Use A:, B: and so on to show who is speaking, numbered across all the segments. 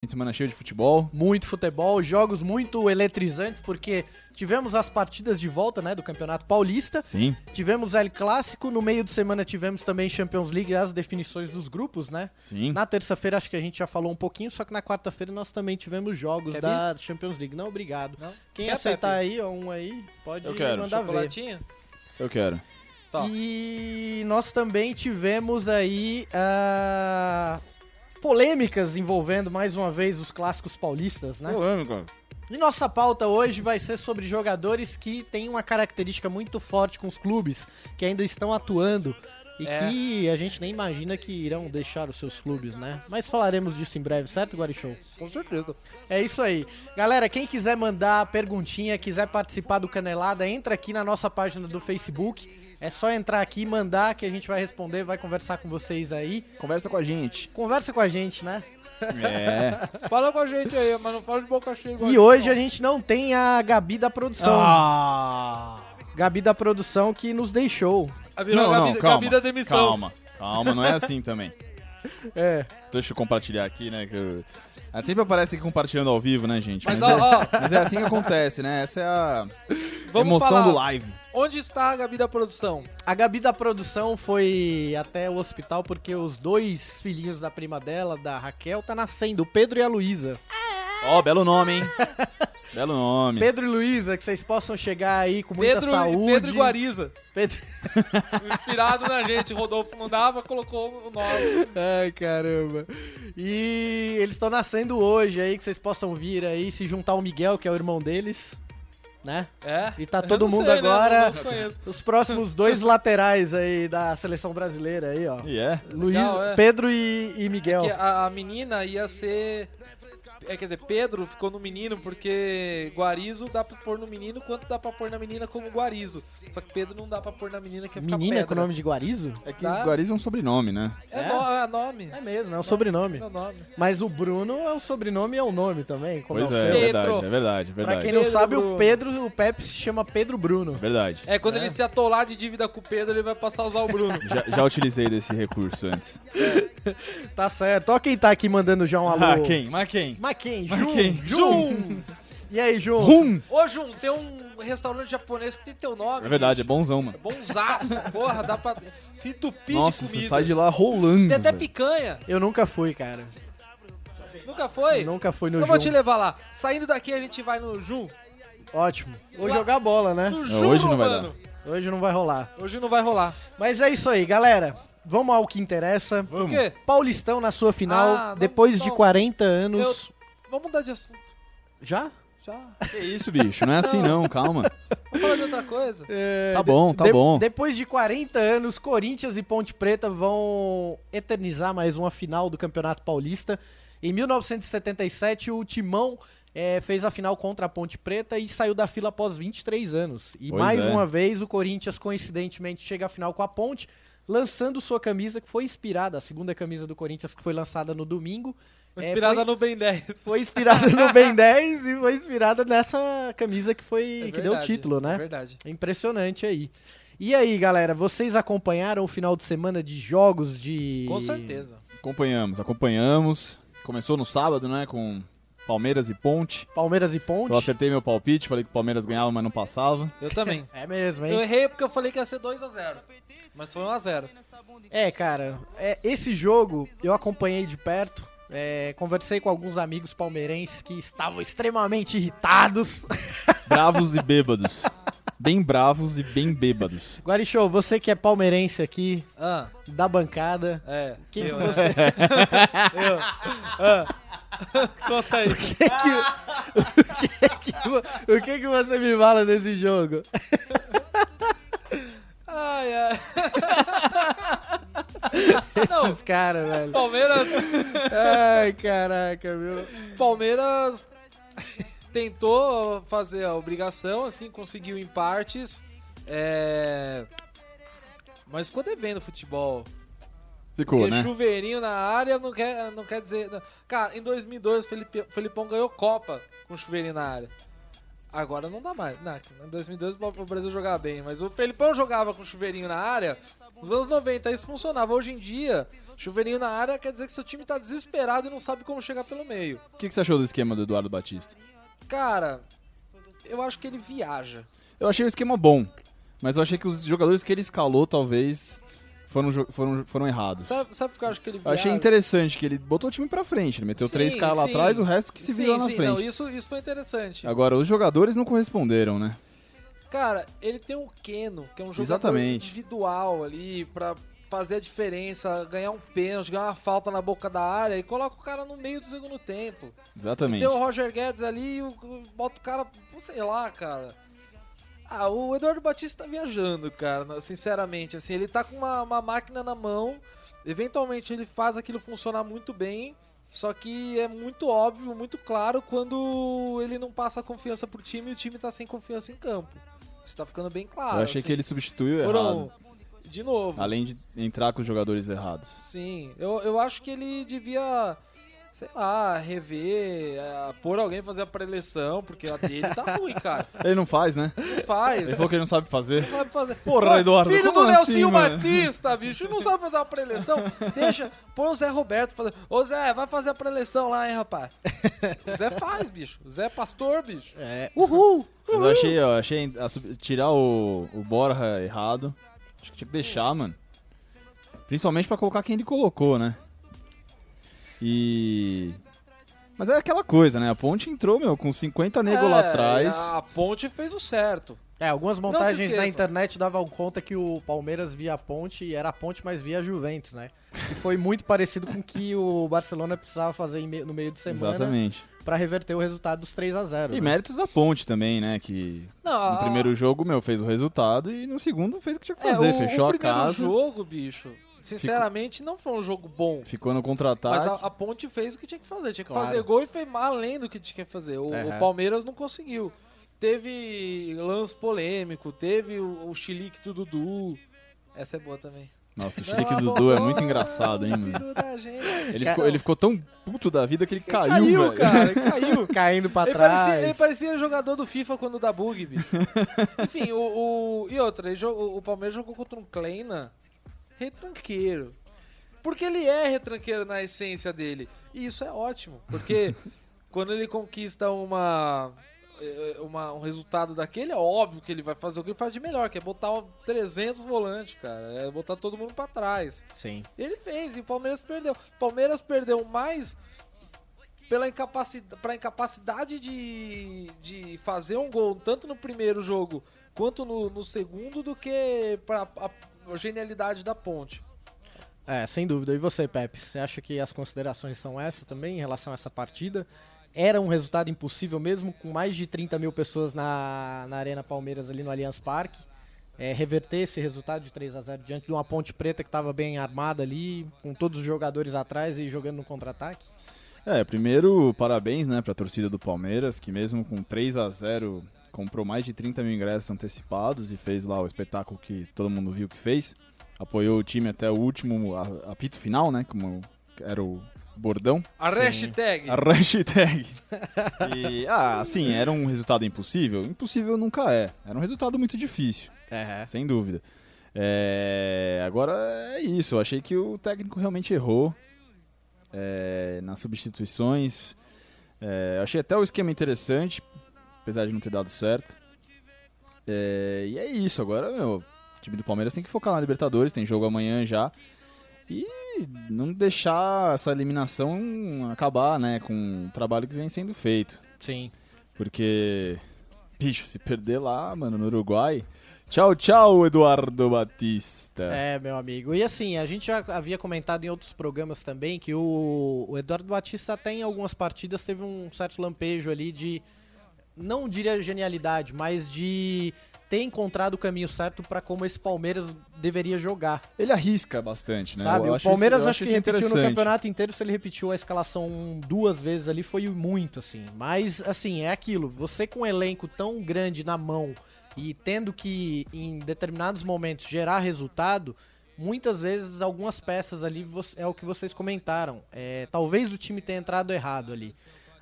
A: Fim de semana cheio de futebol.
B: Muito futebol, jogos muito eletrizantes, porque tivemos as partidas de volta, né, do Campeonato Paulista.
A: Sim.
B: Tivemos El Clássico, no meio de semana tivemos também Champions League, as definições dos grupos, né?
A: Sim.
B: Na terça-feira acho que a gente já falou um pouquinho, só que na quarta-feira nós também tivemos jogos
C: Quer
B: da
C: bis?
B: Champions League. Não, obrigado.
C: Não?
B: Quem
C: Quer,
B: aceitar
C: Pepe?
B: aí, ó, um aí, pode
A: Eu quero.
B: mandar ver.
C: Chocolatinho?
A: Eu quero.
C: Tá.
B: E nós também tivemos aí ah, polêmicas envolvendo mais uma vez os clássicos paulistas, né?
A: Polêmico.
B: E nossa pauta hoje vai ser sobre jogadores que têm uma característica muito forte com os clubes, que ainda estão atuando e
C: É.
B: que a gente nem imagina que irão deixar os seus clubes, né? Mas falaremos disso em breve, certo, Guarichou?
C: Com certeza.
B: É isso aí. Galera, quem quiser mandar perguntinha, quiser participar do Canelada, entra aqui na nossa página do Facebook. É só entrar aqui e mandar que a gente vai responder, vai conversar com vocês aí.
A: Conversa com a gente.
B: Conversa com a gente, né?
A: É.
C: Fala com a gente aí, mas não fala de boca cheia. igual
B: E
C: gente,
B: hoje
C: não.
B: a gente não tem a Gabi da
C: Então-
B: produção.
C: Ah!
B: Gabi da produção que nos deixou.
C: A virou
A: Não,
C: Gabi,
A: não, calma.
C: Gabi da demissão.
A: Calma, calma, não é assim também.
B: É.
A: Deixa eu compartilhar aqui, né? Que eu... Ah, Sempre aparece aqui compartilhando ao vivo, né, gente?
C: Mas,
A: é...
C: ó, ó.
A: mas é assim que acontece, né? Essa é a
C: Vamos
A: emoção
C: falar.
A: do live.
C: Onde está a Gabi da produção?
B: A Gabi da produção foi até o hospital porque os dois filhinhos da prima dela, da Raquel, tá nascendo, o Pedro e a Luísa.
A: Ó, belo nome, hein? belo nome.
B: Pedro e Luísa, que vocês possam chegar aí com muita
C: Pedro,
B: saúde.
C: Pedro e Guariza.
B: Pedro-
C: Inspirado na gente. Rodolfo não dava, colocou o nosso.
B: Ai, caramba. E eles estão nascendo hoje aí, que vocês possam vir aí, se juntar o Miguel, que é o irmão deles, né?
C: É?
B: E tá
C: Eu
B: todo
C: não
B: mundo
C: sei, né?
B: agora.
C: Eu não os conheço.
B: Os próximos dois laterais aí da seleção brasileira aí, ó.
A: E é?
B: Luiz,
C: é.
B: Pedro e, e Miguel.
C: Que a, a menina ia ser. É, quer dizer, Pedro ficou no menino porque Guarizo dá pra pôr no menino quanto dá pra pôr na menina como Guarizo. Só que Pedro não dá pra pôr na menina que ia ficar
B: Menina
C: pedra.
B: com o nome de Guarizo?
A: É que
C: Tá.
A: Guariz é um sobrenome, né?
C: É, no- é nome.
B: É mesmo, é um sobrenome.
C: É o nome.
B: Mas o Bruno é um sobrenome e é um nome também, como
A: pois
B: é o
A: é, é
B: seu.
A: verdade,
C: Pedro.
A: é verdade, é
B: Pra
A: verdade.
B: quem não
C: Pedro
B: sabe, o
C: Bruno.
B: Pedro, o Pepe se chama Pedro Bruno.
A: Verdade.
C: É, quando
B: É.
C: ele se atolar de dívida com o Pedro, ele vai passar a usar o Bruno.
A: Já, já utilizei desse recurso antes.
B: Tá certo. Ó quem tá aqui mandando já um alô.
A: Ah, quem? Mas quem?
B: Mas quem?
A: Mas
B: Jun.
A: quem?
B: Jun. E aí, Jun?
A: Rum!
C: Ô, Jun, tem um restaurante japonês que tem teu nome.
A: É verdade, é bonzão, mano.
C: bicho. Bonzaço, porra, dá pra se entupir
A: Nossa,
C: de comida.
A: você sai de lá rolando.
C: Tem até
A: velho.
C: picanha.
B: Eu nunca fui, cara.
C: Nunca foi? Então
B: Nunca fui no
C: Eu vou
B: Jun.
C: te levar lá. Saindo daqui, a gente vai no Jun.
B: Ótimo. Vou
C: Lá-
B: jogar bola, né?
C: No Jun,
A: É, hoje não vai
C: mano.
B: Hoje não vai rolar.
C: Hoje não vai rolar.
B: Mas é isso aí, galera. Vamos ao que interessa.
C: Por quê?
B: Paulistão na sua final,
C: Ah, vamos-
B: depois de
C: não.
B: 40 anos.
C: Vamos mudar de assunto.
B: Já?
C: Já.
A: Que isso, bicho? Não é assim não, calma.
C: Vamos falar de outra coisa.
B: É,
A: Tá bom, tá
B: de-
A: bom.
B: Depois de 40 anos, Corinthians e Ponte Preta vão eternizar mais uma final do Campeonato Paulista. Em 1977, o Timão eh, fez a final contra a Ponte Preta e saiu da fila após 23 anos. E
A: Pois
B: mais
A: é.
B: uma vez, o Corinthians coincidentemente chega à final com a Ponte, lançando sua camisa que foi inspirada, a segunda camisa do Corinthians que foi lançada no domingo. eh,
C: Inspirada
B: foi-
C: no Ben 10.
B: Foi inspirada no Ben 10 e foi inspirada nessa camisa que foi
C: É
B: que deu o
C: verdade,
B: título,
C: É
B: né?
C: verdade.
B: É impressionante aí. E aí, galera, vocês acompanharam o final de semana de jogos de
C: Com certeza.
A: Acompanhamos, acompanhamos. Começou no sábado, né, com Palmeiras e Ponte.
B: Palmeiras e Ponte?
A: Eu acertei meu palpite, falei que o Palmeiras ganhava, mas não passava.
C: Eu também.
B: É mesmo,
C: Eu
B: hein?
C: errei porque eu falei que ia ser 2x0. Mas foi 1x0.
B: É, cara, é, esse jogo eu acompanhei de perto. é, conversei com alguns amigos palmeirenses que estavam extremamente irritados.
A: Bravos e bêbados. Bem bravos e bem bêbados.
B: Guarichou, você que é palmeirense aqui,
C: Ah,
B: da bancada,
C: é.
B: o que, que
C: Eu,
B: você
C: Conta aí.
B: o que, que você me fala desse jogo?
C: Ai, ai. Ah, Não,
B: Esses caras, velho.
C: Palmeiras.
B: Ai, caraca, meu.
C: Palmeiras tentou fazer a obrigação, assim, conseguiu em partes. É. Mas ficou devendo futebol.
A: Ficou,
C: Porque
A: né?
C: chuveirinho na área não quer, não quer dizer. não- Cara, em 2002 o Felipe, Felipão ganhou Copa com chuveirinho na área. Agora não dá mais. Não, em 2012 o Brasil jogava bem, mas o Felipão jogava com chuveirinho na área. Nos anos 90 isso funcionava. Hoje em dia, chuveirinho na área quer dizer que seu time tá desesperado e não sabe como chegar pelo meio.
A: O que, que você achou do esquema do Eduardo Batista?
C: Cara, eu acho que ele viaja.
A: Eu achei o esquema bom, mas eu achei que os jogadores que ele escalou talvez foram, jo- foram, foram errados.
C: Sabe, sabe por que eu acho que ele
A: Eu
C: viaja?
A: achei interessante que ele botou o time pra frente, ele meteu
C: Sim,
A: três caras lá
C: sim.
A: atrás, o resto que se
C: sim,
A: virou na
C: sim,
A: frente.
C: Não, isso, isso foi interessante.
A: Agora, os jogadores não corresponderam, né?
C: Cara, ele tem o Keno, que é um jogador
A: Exatamente.
C: individual ali pra fazer a diferença, ganhar um pênalti, ganhar uma falta na boca da área e coloca o cara no meio do segundo tempo.
A: Exatamente.
C: Tem o Roger Guedes ali e o- o- bota o cara, sei lá, cara. Ah, o Eduardo Batista tá viajando, cara, na- sinceramente. Assim, ele tá com uma, uma máquina na mão, eventualmente ele faz aquilo funcionar muito bem, só que é muito óbvio, muito claro quando ele não passa confiança pro time e o time tá sem confiança em campo. Isso tá ficando bem claro.
A: eu achei
C: assim.
A: que ele substituiu
C: foram.
A: errado.
C: De novo.
A: Além de entrar com os jogadores errados.
C: Sim, eu, eu acho que ele devia, sei lá, rever, eh, pôr alguém pra fazer a preleção, porque a dele tá ruim, cara.
A: Ele não faz, né?
C: Não
A: Ele
C: faz.
A: falou que ele não sabe fazer.
C: Não sabe fazer.
A: Porra,
C: Pô,
A: Eduardo,
C: Filho
A: como
C: do
A: assim,
C: Nelsinho
A: mano?
C: Batista, bicho. Não sabe fazer uma preleção. Deixa. Põe o Zé Roberto fazer. Ô Zé, vai fazer a preleção lá, hein, rapaz. O Zé faz, bicho. O Zé é pastor, bicho.
B: É. Uhul!
A: Mas eu achei, ó, achei a sub- tirar o, o Borja errado. Acho que tinha que deixar, mano. Principalmente pra colocar quem ele colocou, né? E. Mas é aquela coisa, né? A ponte entrou, meu, com 50 nego lá
C: É,
A: atrás.
C: A ponte fez o certo.
B: É, algumas
C: se
B: montagens na
C: esqueçam.
B: internet davam conta que o Palmeiras via a ponte e era a ponte, mas via a Juventus, né? E foi muito parecido com o que o Barcelona precisava fazer em me- no meio de
C: né?
B: semana
A: Exatamente.
B: pra reverter o resultado dos 3 a 0
A: E
B: né?
A: méritos da ponte também, né? Que
C: Não,
A: no
C: a-
A: primeiro jogo, meu, fez o resultado e no segundo fez o que tinha que
C: Ah. é,
A: fazer.
C: o-
A: fechou
C: o
A: a
C: primeiro
A: casa,
C: jogo, bicho, sinceramente, não foi um jogo bom.
A: ficou no
C: Mas
A: contra-ataque.
C: a, a Ponte fez o que tinha que fazer. Tinha que
B: Claro.
C: fazer gol e foi além do que tinha que fazer. O, o
B: Aham.
C: Palmeiras não conseguiu. Teve lance polêmico, teve o, o chilique do Dudu. Essa é boa também.
A: Nossa, o Chique
C: Não,
A: Dudu é
C: boa,
A: muito engraçado, hein, mano?
C: filho da gente. Ele
A: Ele ficou, ele ficou tão puto da vida que ele caiu, velho.
C: cara, ele caiu.
B: Caindo pra
C: Ele
B: trás.
C: parecia, ele parecia jogador do FIFA quando dá bug, bicho. Enfim, o, o- E outra, ele jogou- o Palmeiras jogou contra um Kleina retranqueiro. Porque ele é retranqueiro na essência dele. E isso é ótimo, porque quando ele conquista uma, eh, uma- um resultado daquele, é óbvio que ele vai fazer o que ele faz de melhor, que é botar o 300 volante, cara. É botar todo mundo pra trás.
B: Sim.
C: Ele fez e o Palmeiras perdeu. O Palmeiras perdeu mais pela incapacidade, pra incapacidade de, de fazer um gol, tanto no primeiro jogo quanto no, no segundo, do que pra a, a genialidade da ponte.
B: É, sem dúvida. E você, Pepe? Você acha que as considerações são essas também em relação a essa partida? Era um resultado impossível mesmo, com mais de 30 mil pessoas na, na Arena Palmeiras ali no Allianz Parque. É, reverter esse resultado de 3 a 0 diante de uma ponte preta que estava bem armada ali, com todos os jogadores atrás e jogando no contra-ataque.
A: É, primeiro, parabéns, né, pra torcida do Palmeiras, que mesmo com 3 a 0 comprou mais de 30 mil ingressos antecipados e fez lá o espetáculo que todo mundo viu que fez. Apoiou o time até o último a- apito final, né, como era o bordão.
C: A hashtag.
A: A hashtag. E, ah, assim, era um resultado impossível? Impossível nunca é. Era um resultado muito difícil. Sem dúvida. É, agora é isso. Eu achei que o técnico realmente errou é, nas substituições. É, eu achei até o esquema interessante, apesar de não ter dado certo. É, e é isso. Agora, meu, o time do Palmeiras tem que focar na Libertadores, tem jogo amanhã já. E não deixar essa eliminação acabar, né, com o trabalho que vem sendo feito.
B: Sim.
A: Porque, bicho, se perder lá, mano, no Uruguai. Tchau, tchau, Eduardo Batista.
B: É, meu amigo. E assim, a gente já havia comentado em outros programas também que o, o Eduardo Batista até em algumas partidas teve um certo lampejo ali de, não diria genialidade, mas de ter encontrado o caminho certo pra como esse Palmeiras deveria jogar,
A: Ele arrisca bastante, né?
B: sabe?
A: Eu
B: O
A: acho
B: Palmeiras
A: isso- eu
B: acho que
A: isso
B: repetiu no
A: interessante.
B: campeonato inteiro, se ele repetiu a escalação um, duas vezes ali, foi muito, assim. Mas, assim, é aquilo, você com um elenco tão grande na mão e tendo que, em determinados momentos, gerar resultado, muitas vezes algumas peças ali vo- é o que vocês comentaram. É, talvez o time tenha entrado errado ali.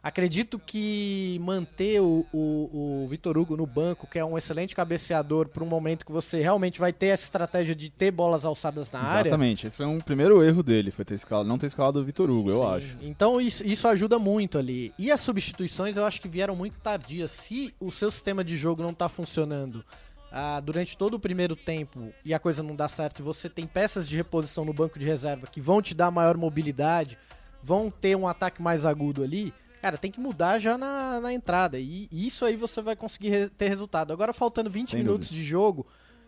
B: Acredito que manter o, o, o Vitor Hugo no banco, que é um excelente cabeceador para um momento que você realmente vai ter essa estratégia de ter bolas alçadas na área.
A: Exatamente. Esse foi um primeiro erro dele, foi ter escalado, não ter escalado o Vitor Hugo, eu acho.
B: Então isso, isso ajuda muito ali. E as substituições eu acho que vieram muito tardias. Se o seu sistema de jogo não tá funcionando ah, durante todo o primeiro tempo e a coisa não dá certo e você tem peças de reposição no banco de reserva que vão te dar maior mobilidade, vão ter um ataque mais agudo ali, cara, tem que mudar já na, na entrada. E isso aí você vai conseguir re- ter resultado. Agora faltando 20
A: Sem
B: minutos de jogo,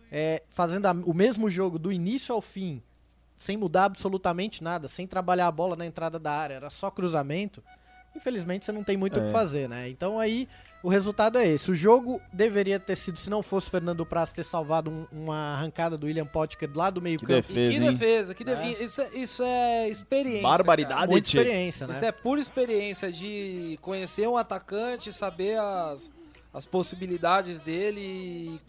B: é, fazendo a- o mesmo jogo do início ao fim, sem mudar absolutamente nada, sem trabalhar a bola na entrada da área, era só cruzamento. Infelizmente você não tem muito o que
A: É.
B: fazer, né? Então aí o resultado é esse. O jogo deveria ter sido, se não fosse o Fernando Praz ter salvado um- uma arrancada do William Potker lá do meio
A: Que
B: campo.
C: E
A: Fez,
C: que
A: hein?
C: defesa, que defesa.
B: É.
C: Isso, é- isso é experiência.
A: Barbaridade.
B: Muita
A: Tchê.
B: experiência,
C: cara.
B: né?
C: Isso é pura experiência de conhecer um atacante, saber as, as possibilidades dele e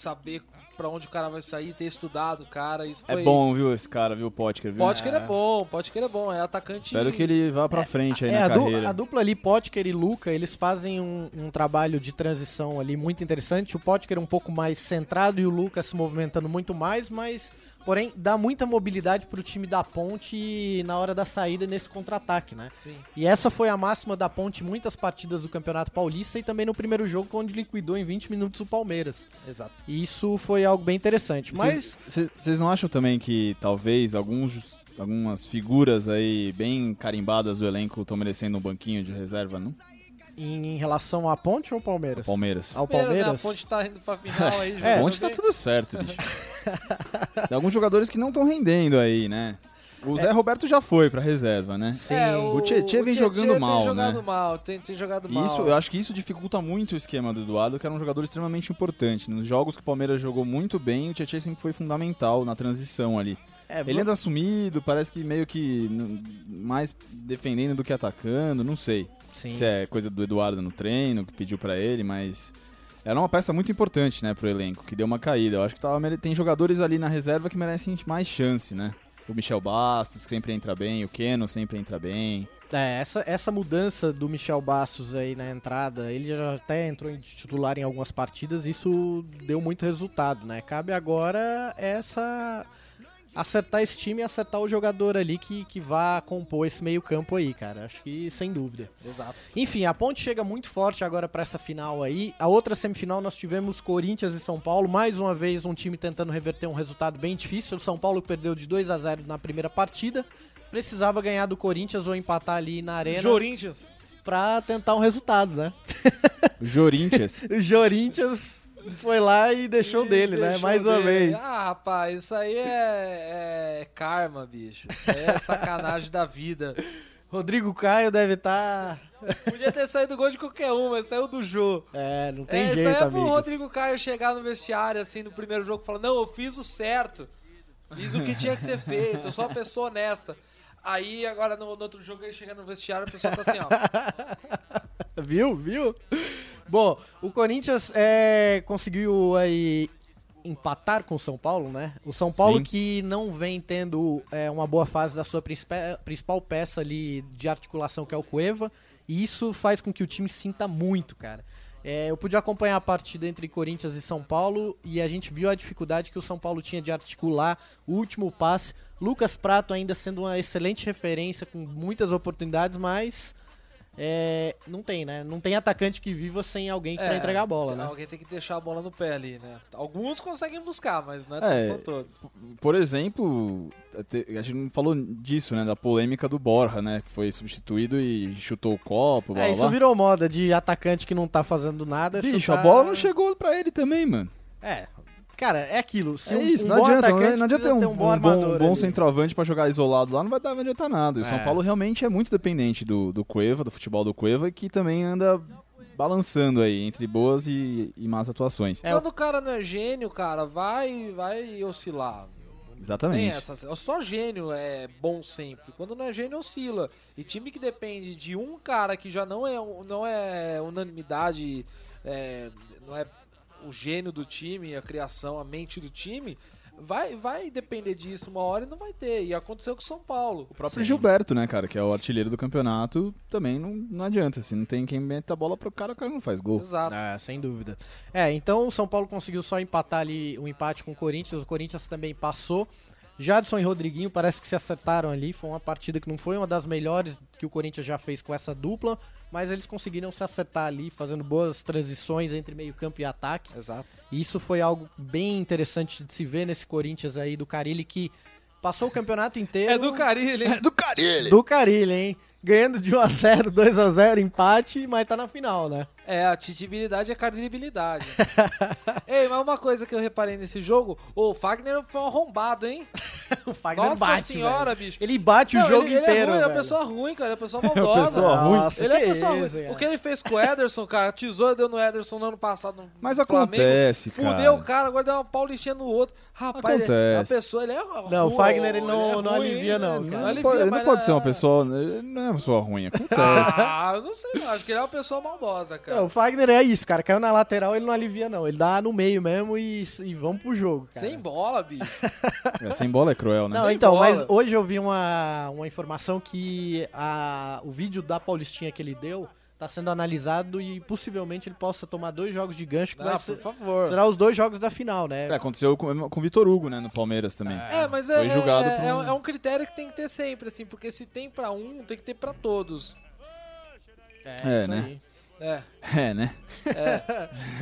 C: saber pra onde o cara vai sair, ter estudado o cara. Isso
A: É
C: foi-
A: bom, viu, esse cara, viu, o Potker, viu?
C: Pode que ele é bom, pode que ele é bom. É atacante.
A: Espero que ele vá pra frente aí
B: É,
A: na
B: a, du-
A: carreira.
B: a dupla ali, Potker e Luca, eles fazem um, um trabalho de transição ali muito interessante. O Potker um pouco mais centrado e o Luca se movimentando muito mais, mas, porém, dá muita mobilidade pro time da ponte na hora da saída nesse contra-ataque, né?
C: Sim.
B: E essa foi a máxima da ponte em muitas partidas do Campeonato Paulista e também no primeiro jogo, onde liquidou em 20 minutos o Palmeiras.
C: Exato.
B: E isso foi algo bem interessante. Mas.
A: Vocês- Vocês vocês não acham também que talvez alguns, algumas figuras aí bem carimbadas do elenco estão merecendo um banquinho de reserva, não?
B: Em relação à ponte ou ao Palmeiras?
A: Palmeiras.
B: Ao
C: Palmeiras.
B: Palmeiras?
C: A ponte tá indo pra final aí,
A: É,
C: já.
A: onde tá tudo certo, bicho. Tem alguns jogadores que não estão rendendo aí, né?
B: É.
A: O Zé Roberto já foi pra reserva, né?
B: Sim.
A: O Tietê vem jogando mal,
C: É, Tem jogado
A: né?
C: mal, tem, tem jogado
A: E
C: mal.
A: isso, eu acho que isso dificulta muito o esquema do Eduardo, que era um jogador extremamente importante. Nos jogos que o Palmeiras jogou muito bem, o Tietchan sempre foi fundamental na transição ali.
B: É,
A: Ele anda sumido, parece que meio que n- mais defendendo do que atacando, não sei
B: Sim.
A: se é coisa do Eduardo no treino, que pediu pra ele, mas era uma peça muito importante, né, pro elenco, que deu uma caída. Eu acho que tava mere- tem jogadores ali na reserva que merecem mais chance, né? O Michel Bastos, que sempre entra bem, o Keno sempre entra bem.
B: É, essa, essa mudança do Michel Bastos aí na entrada, ele já até entrou em titular em algumas partidas, isso deu muito resultado, né? Cabe agora essa. acertar esse time e acertar o jogador ali que, que vá compor esse meio-campo aí, cara. Acho que sem dúvida.
C: Exato.
B: Enfim, a ponte chega muito forte agora pra essa final aí. A outra semifinal nós tivemos Corinthians e São Paulo. Mais uma vez um time tentando reverter um resultado bem difícil. O São Paulo perdeu de 2 a 0 na primeira partida. Precisava ganhar do Corinthians ou empatar ali na arena
C: Corinthians.
B: pra tentar um resultado, né?
A: O Jorintias.
B: O Corinthians foi lá e deixou
C: Ih,
B: dele, né?
C: deixou
B: Mais uma
C: dele.
B: vez.
C: Ah, rapaz, isso aí é, é karma, bicho. Isso aí é sacanagem da vida.
B: Rodrigo Caio deve tá- estar.
C: Podia ter saído gol de qualquer um, mas saiu do Jô.
B: É, não tem
C: é, isso aí
B: jeito,
C: é pro
B: amigo.
C: Rodrigo Caio chegar no vestiário, assim, no primeiro jogo, e falar, não, eu fiz o certo. Fiz o que tinha que ser feito, eu sou uma pessoa honesta. Aí, agora, no, no outro jogo, ele chega no vestiário, o pessoal tá assim, ó.
B: Viu? Viu? Bom, o Corinthians é, conseguiu aí empatar com o São Paulo, né? O São Paulo
A: Sim.
B: que não vem tendo é, uma boa fase da sua principal, principal peça ali de articulação, que é o Cueva, e isso faz com que o time sinta muito, cara. É, eu pude acompanhar a partida entre Corinthians e São Paulo e a gente viu a dificuldade que o São Paulo tinha de articular o último passe. Lucas Prato ainda sendo uma excelente referência, com muitas oportunidades, mas é, não tem, né? Não tem atacante que viva sem alguém pra
C: É,
B: entregar a bola, né?
C: Alguém tem que deixar a bola no pé ali, né? Alguns conseguem buscar, mas não
A: É.
C: é, são todos.
A: Por exemplo, te- a gente não falou disso, né, da polêmica do Borja, né, que foi substituído e chutou o copo, blá,
B: É,
A: blá,
B: isso
A: blá.
B: virou moda de atacante que não tá fazendo nada.
A: Bicho,
B: chutar-
A: a bola não chegou pra ele também, mano.
B: É. Cara, é aquilo. Se
A: é
B: um,
A: isso,
B: um
A: não
B: bom
A: adianta,
B: atacante
A: não, não adianta ter
B: precisa
A: um,
B: ter
A: um bom, um bom
B: ali.
A: centroavante pra jogar isolado lá, não vai dar, não adiantar nada. E o São
B: É.
A: Paulo realmente é muito dependente do, do Cueva, do futebol do Cueva, que também anda balançando aí entre boas e, e más atuações.
B: É,
C: Quando o cara não é gênio, cara, vai, vai oscilar. Tem
A: Exatamente.
C: essa. Só gênio é bom sempre. Quando não é gênio, oscila. E time que depende de um cara que já não é, um- não é unanimidade, é, não é o gênio do time, a criação, a mente do time, vai, vai depender disso uma hora e não vai ter. E aconteceu com o São Paulo.
A: O próprio Gilberto, né, cara, que é o artilheiro do campeonato, também não, não adianta. Se não tem quem meta a bola pro cara, o cara não faz gol.
C: Exato.
B: Ah, sem dúvida. É, então o São Paulo conseguiu só empatar ali um empate com o Corinthians, o Corinthians também passou. Jadson e Rodriguinho parece que se acertaram ali, foi uma partida que não foi uma das melhores que o Corinthians já fez com essa dupla, mas eles conseguiram se acertar ali, fazendo boas transições entre meio-campo e ataque.
C: Exato.
B: E isso foi algo bem interessante de se ver nesse Corinthians aí do Carilli que passou o campeonato inteiro
C: É do Carilho, hein?
A: do Carilho!
B: do Carilli, hein? Ganhando de 1 a 0, 2 a 0, empate, mas tá na final, né?
C: É, a titibilidade é credibilidade. Ei, mas uma coisa que eu reparei nesse jogo, o Fagner foi um arrombado, hein?
B: O Fagner
C: Nossa
B: bate,
C: senhora,
B: velho.
C: bicho.
B: Ele bate
C: Não,
B: o jogo
C: ele, ele
B: inteiro,
C: é ruim, ele é uma
B: velho.
C: pessoa ruim, cara. Ele é uma pessoa maldosa.
A: pessoa ruim.
B: Nossa,
C: Ele é
B: que
C: uma pessoa
B: isso,
C: ruim.
B: cara.
C: O que ele fez com o Ederson, cara, tesoura deu no Ederson no ano passado. no
A: Mas
C: Flamengo.
A: acontece, cara.
C: Fudeu o cara, agora deu uma paulistinha no outro. Rapaz, ele é uma
A: Acontece.
C: pessoa, ele é ruim.
B: Não, o Fagner, ele
C: é
B: não- não
C: ruim,
B: alivia,
C: hein?
B: não,
A: Não,
B: cara.
A: não
C: alivia,
A: pode, ele
C: mas
A: não pode ser uma
C: é-
A: pessoa. ele não é uma pessoa ruim, acontece.
C: Ah, eu não sei, não. acho que ele é uma pessoa maldosa, cara.
B: Não, o Fagner é isso, cara. Caiu na lateral, ele não alivia, não. Ele dá no meio mesmo e, e vamos pro jogo, cara.
C: Sem bola, bicho.
A: É, sem bola é cruel, né?
B: Não,
C: sem
B: então,
C: bola.
B: mas hoje eu vi uma, uma informação que a, o vídeo da Paulistinha que ele deu tá sendo analisado e possivelmente ele possa tomar dois jogos de gancho que vai
C: Ah,
B: ser,
C: por favor.
B: será os dois jogos da final, né?
A: É, aconteceu com, com o Vitor Hugo, né, no Palmeiras também.
C: É, mas é,
A: Foi
C: é,
A: julgado
C: é,
A: por
C: é
A: um-
C: um- é um critério que tem que ter sempre, assim, porque se tem pra um, tem que ter pra todos.
A: É,
B: isso
A: né?
B: aí.
C: É,
A: É, né?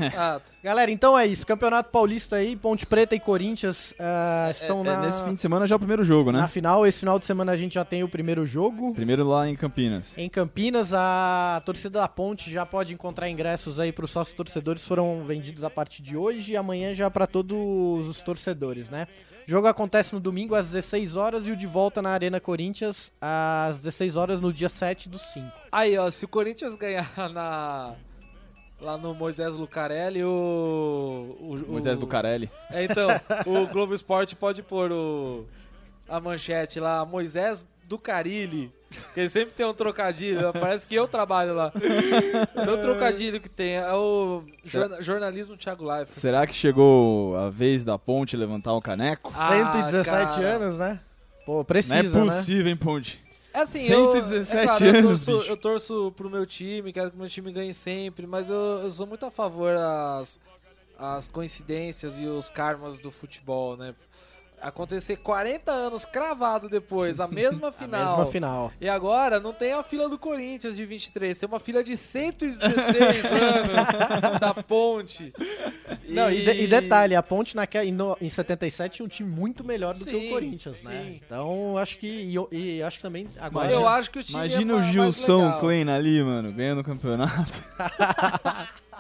C: exato.
B: Galera, então é isso. Campeonato Paulista aí, Ponte Preta e Corinthians ah, estão
A: É,
B: na,
A: Nesse fim de semana já é o primeiro jogo, né?
B: na final. Esse final de semana a gente já tem o primeiro jogo.
A: Primeiro lá em Campinas.
B: Em Campinas, a torcida da Ponte já pode encontrar ingressos aí para os sócios torcedores. Foram vendidos a partir de hoje e amanhã já para todos os torcedores, né? O jogo acontece no domingo às 16 horas e o de volta na Arena Corinthians às 16 horas no dia 7 do 5.
C: Aí, ó, se o Corinthians ganhar na. Lá no Moisés Lucarelli, o. o o-
A: Moisés do Carelli.
C: É, então, o Globo Esporte pode pôr o. A manchete lá, Moisés do Carilli. que Ele sempre tem um trocadilho, parece que eu trabalho lá. Então, trocadilho que tem. É o jorna- jornalismo Thiago Life.
A: Será que chegou a vez da ponte levantar o caneco?
C: Ah,
B: 117
C: cara.
B: anos, né? Pô,
A: não é
B: precisa, né?
A: possível, hein, Ponte?
C: É assim,
A: 117
C: eu, é claro, eu
A: anos,
C: torço,
A: bicho.
C: eu torço pro meu time, quero que meu time ganhe sempre, mas eu, eu sou muito a favor às, às coincidências e os karmas do futebol, né? Acontecer 40 anos cravado depois, a mesma final.
B: Mesma final.
C: E agora não tem a fila do Corinthians de 23, tem uma fila de 116 anos da ponte.
B: Não, e, de- e detalhe, a Ponte naquela, em, no- em 77 tinha um time muito melhor do que o
C: Sim,
B: Corinthians, né?
C: sim.
B: Então, acho que e, eu- e acho que também agora
C: Eu acho que o time
A: Imagina
C: é
A: o
C: ma- mais
A: Gilson
C: legal.
A: Klein ali, mano, ganhando o campeonato.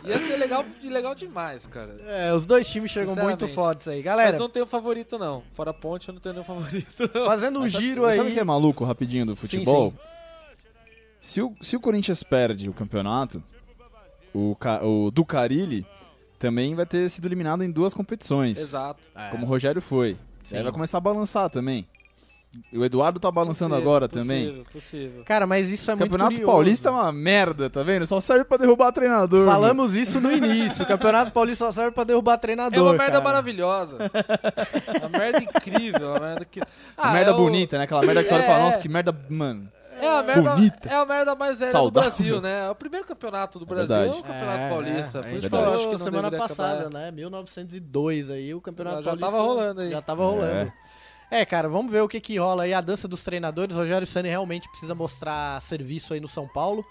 C: Ia ser legal, legal demais, cara.
B: É, os dois times chegam muito
C: Sinceramente.
B: fortes aí.
C: Mas
B: Galera,
C: não tenho favorito, não. Fora a ponte, eu não tenho nenhum favorito.
B: fazendo um
A: Mas sabe-
B: giro
A: mas
B: aí.
A: Sabe o que é maluco rapidinho do futebol? Se, o, se o Corinthians perde o campeonato, o, Ca- o Ducarilli também vai ter sido eliminado em duas competições.
C: Exato.
B: É.
A: Como o Rogério foi.
B: Sim.
A: Aí vai começar a balançar também. E o Eduardo tá balançando
C: Possível,
A: agora também.
C: Possível, possível.
B: Cara, mas isso é
A: O
B: muito
A: Campeonato
B: curioso.
A: Paulista é uma merda, tá vendo? Só serve pra derrubar treinador. mano.
B: Falamos isso no início. O Campeonato Paulista só serve pra derrubar treinador.
C: É uma merda
B: cara.
C: maravilhosa. É uma merda incrível. é Uma merda que...
A: Uma
C: Ah,
A: merda
C: é o-
A: bonita, né? Aquela merda que você olha e fala,
C: É.
A: nossa, que merda, mano.
C: É a merda,
A: Bonita.
C: É a merda mais velha
A: Saudável.
C: do Brasil, né? É o primeiro campeonato do Brasil é,
A: verdade.
C: o Campeonato
B: É,
C: Paulista.
B: é.
C: Por
B: A gente
C: isso que eu
B: falou
C: acho que não
B: semana
C: deveria
B: passada,
C: acabar.
B: né? 1902 aí, o Campeonato
C: Já tava
B: Paulista
C: rolando aí.
B: Já tava rolando.
A: É.
B: É, cara, vamos ver o que que rola aí. A dança dos treinadores, Rogério Ceni realmente precisa mostrar serviço aí no São Paulo.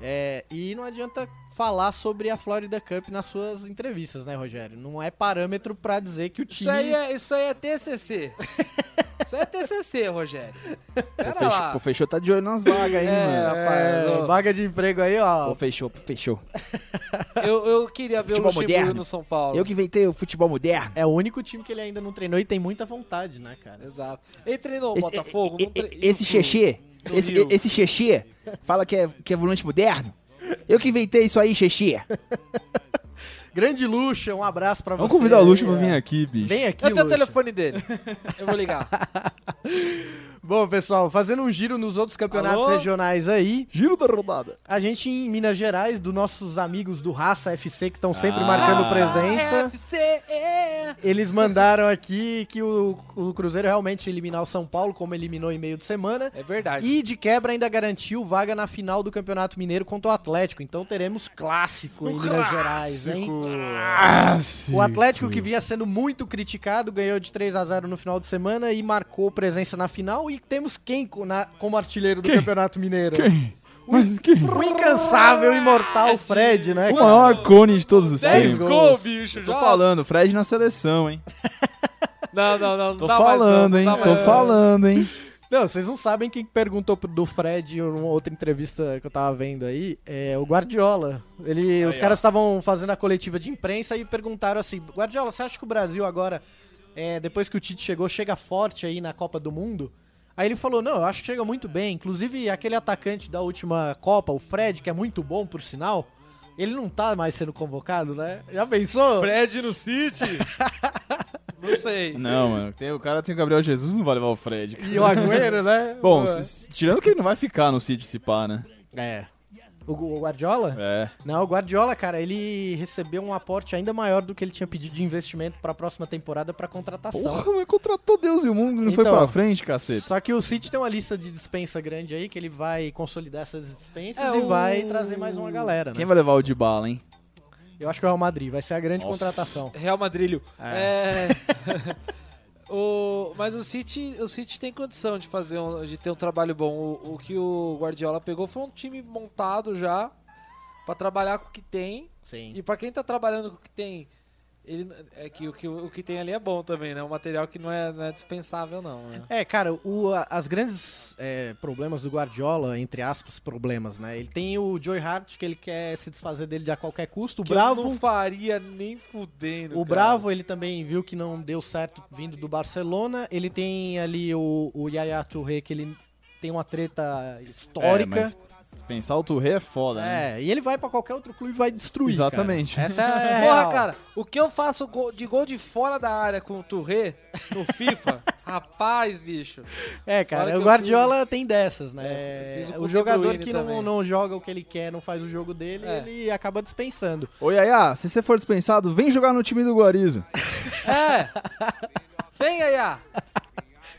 B: É, e não adianta falar sobre a Florida Cup nas suas entrevistas, né, Rogério? Não é parâmetro pra dizer que o time
C: Isso aí, é, isso aí é TCC. isso aí é TCC, Rogério. Pera
A: Pô, fechou,
C: lá.
A: pô, fechou, tá de olho nas vagas aí,
C: É,
A: mano.
C: rapaz,
B: É,
C: ó.
B: vaga de emprego aí, ó.
A: Pô, fechou, pô, fechou.
C: eu, eu queria ver o
A: Futebol
C: Luxemburgo
A: moderno.
C: no São Paulo.
A: Eu que inventei o futebol moderno.
B: É o único time que ele ainda não treinou e tem muita vontade, né, cara?
C: Exato. Ele treinou o
D: Esse-
C: Botafogo.
D: e-
C: não
D: e-
C: tre-
D: Esse
C: no-
D: Xexê,
C: no
D: esse,
C: Rio.
D: esse Xexê, fala que é, que é volante moderno. Eu que inventei isso aí, Xexê.
B: Grande Luxa, um abraço pra
A: Vamos
B: você.
A: convidar o Luxo pra
B: É.
A: vir aqui, bicho.
B: Vem aqui,
C: Eu tenho o
B: Luxa.
C: telefone dele. Eu vou ligar.
B: Bom, pessoal, fazendo um giro nos outros campeonatos
C: Alô?
B: regionais aí,
A: Giro da rodada.
B: a gente em Minas Gerais, dos nossos amigos do Raça FC, que estão sempre
C: Ah,
B: marcando
C: é
B: presença, eles mandaram aqui que o, o Cruzeiro realmente eliminar o São Paulo, como eliminou em meio de semana.
C: É verdade.
B: E de quebra ainda garantiu vaga na final do Campeonato Mineiro contra o Atlético. Então teremos clássico em Minas Gerais, hein?
C: Ah,
B: O Atlético que vinha sendo muito criticado ganhou de 3 a 0 no final de semana e marcou presença na final. E temos quem co- na- como artilheiro do Campeonato Mineiro?
A: Mas que...
B: O incansável, imortal Fred, né?
A: é O
B: cara?
A: maior cone de todos os tempos.
C: 10
B: gols.
C: gols, é bicho.
A: Tô
C: já-
A: falando, Fred na seleção, hein?
C: Não, não, não. não
A: Tô
C: dá mais não,
A: falando,
C: não
A: hein?
C: dá
A: Tô
C: mais não.
A: falando, hein?
B: Não, vocês não sabem quem perguntou pro- do Fred em uma outra entrevista que eu tava vendo aí, é o Guardiola. Ele, os caras estavam fazendo a coletiva de imprensa e perguntaram assim: Guardiola, você acha que o Brasil agora, é, depois que o Tite chegou, chega forte aí na Copa do Mundo? Aí ele falou: Não, eu acho que chega muito bem. Inclusive, aquele atacante da última Copa, o Fred, que é muito bom, por sinal, ele não tá mais sendo convocado, né? Já pensou?
C: Fred no City? não sei.
A: Não, mano. Tem, o cara tem o Gabriel Jesus, não vai levar o Fred.
B: E o Agüero, né?
A: Bom,
B: Pô.
A: se- se- tirando que ele não vai ficar no City se pá, né?
B: É. O Gu- o Guardiola?
A: É.
B: Não, o Guardiola, cara, ele recebeu um aporte ainda maior do que ele tinha pedido de investimento pra próxima temporada pra contratação.
A: Porra, mas contratou Deus e o mundo não foi
B: Então,
A: pra frente, cacete.
B: Só que o City tem uma lista de dispensa grande aí que ele vai consolidar essas dispensas
C: É,
B: e
C: o-
B: vai trazer mais uma galera, né?
A: Quem vai levar o de bala, hein?
B: Eu acho que é o Real Madrid, vai ser a grande
A: Nossa.
B: contratação.
C: Real Madrilho.
B: É.
C: É. o, mas o City, o City tem condição de fazer um- de ter um trabalho bom. O, o que o Guardiola pegou foi um time montado já pra trabalhar com o que tem.
B: Sim.
C: E pra quem tá trabalhando com o que tem, ele é que o que o que tem ali é bom também, né? Um material que não é, não é dispensável não, né?
B: É, cara, o, a- as grandes é, problemas do Guardiola, entre aspas, problemas, né? Ele tem o Joy Hart, que ele quer se desfazer dele a qualquer custo. O
C: Que
B: Bravo,
C: eu não faria nem fudendo.
B: O
C: cara.
B: Bravo, ele também viu que não deu certo vindo do Barcelona. Ele tem ali o, o Yaya Touré, que ele tem uma treta histórica.
A: É, mas se pensar o Touré é foda, né?
B: É, e ele vai pra qualquer outro clube e vai destruir.
A: Exatamente.
B: cara. Essa é a
C: Porra,
B: real.
C: cara, o que eu faço gol- de gol de fora da área com o Touré no FIFA? rapaz, bicho.
B: É,
C: Fora
B: cara,
C: que
B: o
C: eu
B: Guardiola tem dessas,
C: É,
B: né?
C: fiz o com
B: o
C: o De
B: jogador
C: Bruyne
B: que não,
C: também.
B: não joga o que ele quer, não faz o jogo dele,
C: É.
B: ele acaba dispensando.
A: Ô, Yaya, se você for dispensado, vem jogar no time do Guarizo.
C: É! Vem, Yaya!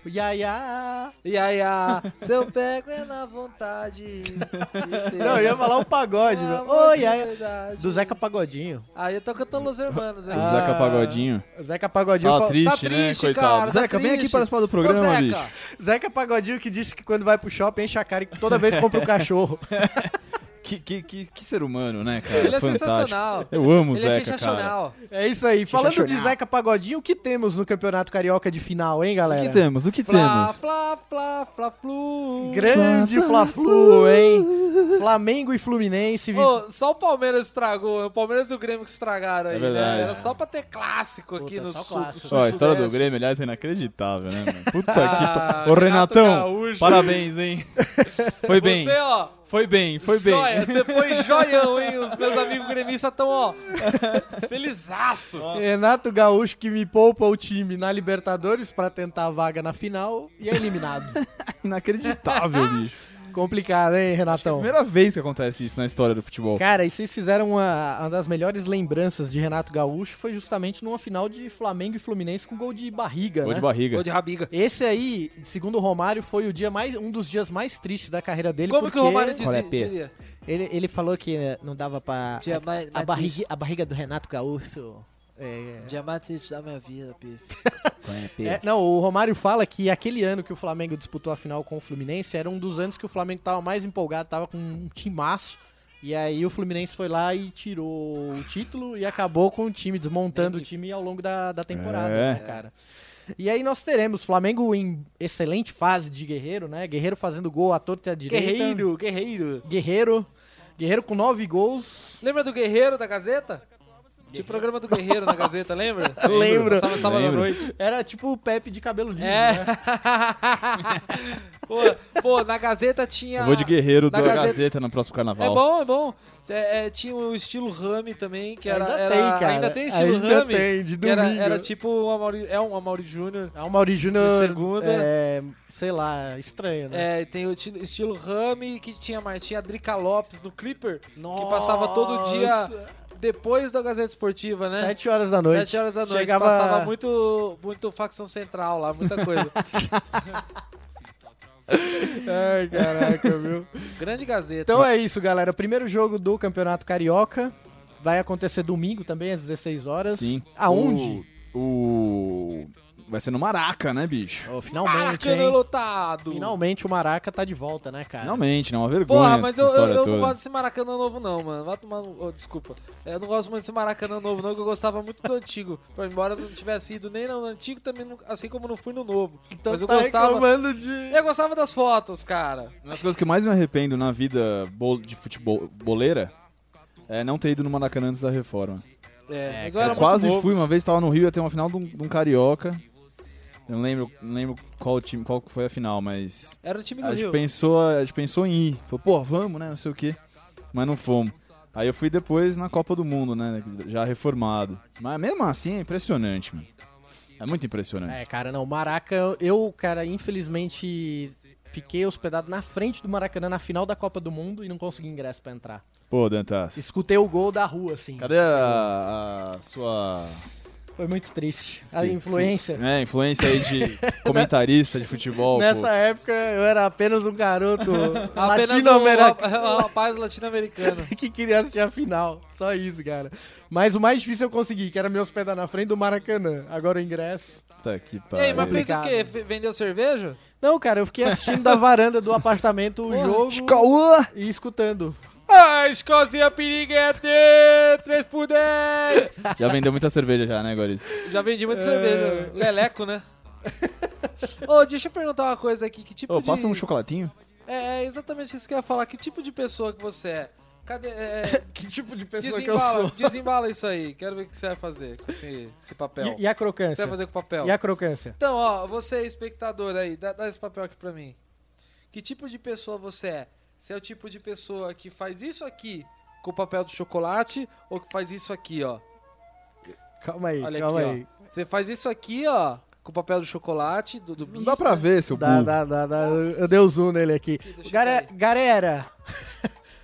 B: O Yaya...
C: Yaya, se eu pego é na vontade. de ter
B: Não, eu ia falar o pagode,
C: amor
B: velho. Ô,
C: de
B: Ah, Yaya...
C: verdade.
B: Do Zeca Pagodinho.
C: Aí eu tô cantando Los Hermanos aí.
A: O
B: Ah.
A: Zeca Pagodinho.
B: O Zeca Pagodinho...
A: Tava
B: fal-
A: triste,
C: Ah.
A: né?
C: tá triste,
A: Coitado.
C: cara, tá
A: Zeca, vem aqui
C: triste.
A: participar do
C: Ô,
A: programa,
C: Zeca,
A: bicho.
B: Zeca Pagodinho que disse que quando vai pro shopping enche a cara e toda vez compra um cachorro.
A: Que, que, que, que ser humano, né, cara?
C: Ele é
A: Fantástico.
C: sensacional.
A: Eu amo o
C: Ele é
A: Zeca, cara.
C: sensacional.
B: É isso aí. Falando de
D: chorar.
B: Zeca Pagodinho, o que temos no Campeonato Carioca de final, hein,
A: O
B: galera?
A: que temos? O que
C: Flá,
A: temos?
C: flá, flá, flá, flu.
B: Grande
A: Fla-
B: Fla-Flu, hein? Flamengo e Fluminense. vi-
C: Ô, só o Palmeiras estragou, o Palmeiras e o Grêmio que estragaram
A: É
C: aí,
A: verdade.
C: né? Era só pra ter clássico aqui
B: Puta,
C: no
B: só
C: sul.
B: clássico.
A: Ó, a história do
C: sudeste.
A: Grêmio, aliás, é inacreditável, né? mano? Puta que
C: Ah,
A: pariu. Ô,
C: Renato
A: Renatão,
C: Gaúcho.
A: parabéns, hein? Foi bem,
C: Você, ó,
A: foi bem, foi bem.
C: joia, você foi joião, hein? Os meus amigos gremistas estão, ó, felizaço.
B: Renato Gaúcho que me poupa o time na Libertadores pra tentar a vaga na final e é eliminado.
A: Inacreditável, bicho.
B: Complicado, hein, Renatão?
A: Primeira vez que acontece isso na história do futebol.
B: Cara, e vocês fizeram uma, uma das melhores lembranças de Renato Gaúcho foi justamente numa final de Flamengo e Fluminense com gol de barriga,
A: Gol
B: né?
A: de barriga.
C: Gol de rabiga.
B: Esse aí, segundo o Romário, foi o dia mais, um dos dias mais tristes da carreira dele.
C: Como
B: porque
C: que o Romário
A: Qual é
C: dizia?
A: a pena?
C: diria?
B: Ele, ele falou que né, não dava pra.
C: Dia mais-
B: a,
C: mais
B: barriga, a barriga do Renato Gaúcho. é-
C: Dia mais triste da minha vida, Pedro.
B: É, não, o Romário fala que aquele ano que o Flamengo disputou a final com o Fluminense era um dos anos que o Flamengo tava mais empolgado, tava com um timaço. E aí o Fluminense foi lá e tirou o título e acabou com o time, desmontando o time ao longo da, da temporada,
A: É.
B: né, cara? E aí nós teremos Flamengo em excelente fase de Guerreiro, né? Guerreiro fazendo gol à torta e à direita.
C: Guerreiro, guerreiro.
B: Guerreiro. Guerreiro com nove gols.
C: Lembra do Guerreiro da Gazeta? Tinha o programa do Guerreiro na Gazeta, lembra?
B: Lembro.
C: Sábado, sábado à
A: Lembro.
C: noite.
B: né? Era tipo o Pepe de cabelo liso, né?
C: É. Pô, pô, na Gazeta tinha.
A: Eu vou de guerreiro
C: Ah, na
A: da
C: Gazeta-
A: Gazeta, no próximo
C: É
A: carnaval.
C: bom, é bom. É, é, tinha o estilo Rami também, que era.
B: Ainda
C: era-
B: tem, cara.
C: Ainda tem estilo
B: Ainda
C: Rami?
B: tem, de
C: que era,
B: domingo.
C: era tipo um Amaury, é um Amaury Júnior.
B: É o Mauri Júnior.
C: De segunda.
B: É, sei lá, estranho, né?
C: É, tem o ti- estilo Rami, que tinha mais. Tinha a Drica Lopes no Clipper,
B: Nossa.
C: que passava todo dia depois da Gazeta Esportiva, né?
B: Sete horas da noite.
C: Sete horas da noite.
B: Chegava...
C: Passava muito, muito facção central lá, muita coisa.
B: Ai, caraca, viu?
C: Grande Gazeta.
B: Então é isso, galera. Primeiro jogo do Campeonato Carioca. Vai acontecer domingo também, às 16 horas.
A: Sim.
B: Aonde?
A: O, o- Vai ser no Maraca, né, bicho?
B: Oh, finalmente,
C: Maracanã
B: hein?
C: Ah, lotado.
B: Finalmente o Maraca tá de volta, né, cara?
A: Finalmente, não é uma vergonha.
C: Porra, mas
A: essa
C: eu, eu,
A: história
C: eu
A: toda.
C: não gosto desse Maracanã novo, não, mano. Vai tomar no... oh, desculpa. Eu não gosto muito desse Maracanã novo, não, que eu gostava muito do antigo. Pô, Embora eu não tivesse ido nem no antigo, também não- assim como não fui no novo.
B: Então
C: mas eu
B: tá
C: gostava.
B: reclamando de...
C: Eu gostava das fotos, cara.
A: Uma das coisas que eu mais me arrependo na vida bol- de futebol boleira é não ter ido no Maracanã antes da reforma.
C: É, mas eu
B: cara.
C: era
A: eu
C: muito
A: quase
C: novo.
A: fui, uma vez tava no Rio, ia ter uma final de um, de um carioca. Eu não lembro, não lembro qual time, qual que foi a final, mas
C: Era o time do
A: a gente
C: Rio.
A: pensou, a gente pensou em ir. Falou, pô, vamos, né? Não sei o quê. Mas não fomos. Aí eu fui depois na Copa do Mundo, né? Já reformado. Mas mesmo assim é impressionante, mano. É muito impressionante.
B: É, cara, não. Maraca, eu, cara, infelizmente fiquei hospedado na frente do Maracanã na final da Copa do Mundo e não consegui ingresso pra entrar.
A: Pô, Dantas.
B: Escutei o gol da rua, assim.
A: Cadê a, a sua.
B: Foi muito triste. A
A: que-
B: influência.
A: É, influência aí de comentarista de futebol.
B: Nessa
A: pô.
B: época eu era apenas um garoto
C: Apenas um, um
B: latino-americano
C: rapaz latino-americano.
B: que queria assistir a final. Só isso, cara. Mas o mais difícil eu consegui, que era me hospedar na frente do Maracanã. Agora o ingresso.
A: Puta que
C: E aí,
A: pariu.
C: mas fez o
B: Complicado.
C: quê? Fe- Vendeu cerveja?
B: Não, cara, eu fiquei assistindo da varanda do apartamento o jogo
D: Cauã!
B: e escutando.
C: Ah, escozinha piriguete! 3 por 10!
A: Já vendeu muita cerveja já, né, Goris?
C: Já vendi muita cerveja. Leleco, né? Ô, deixa eu perguntar uma coisa aqui. Que tipo
A: Ô,
C: de...
A: passa um chocolatinho.
C: É, é exatamente isso que eu ia falar. Que tipo de pessoa que você é? Cadê... é,
B: Que tipo de pessoa que eu
C: desembala,
B: sou?
C: desembala isso aí. Quero ver o que você vai fazer com esse, esse papel.
B: E, e a
C: O que Então, você
B: crocância?
C: vai fazer com o papel?
B: E a crocância?
C: Então, ó, você espectador aí, dá, dá esse papel aqui pra mim. Que tipo de pessoa você é? Você é o tipo de pessoa que faz isso aqui com o papel do chocolate ou que faz isso aqui, ó?
B: Calma aí,
C: Olha
B: calma
C: aqui,
B: aí.
C: ó. Você faz isso aqui, ó, com o papel do chocolate, do, do
A: Não dá
C: bis,
A: pra
C: né?
A: ver, seu
B: Dá,
A: burro.
B: dá, dá, dá. Eu eu dei o zoom nele aqui.
C: deixa eu
B: Gare-
C: cair.
B: Galera,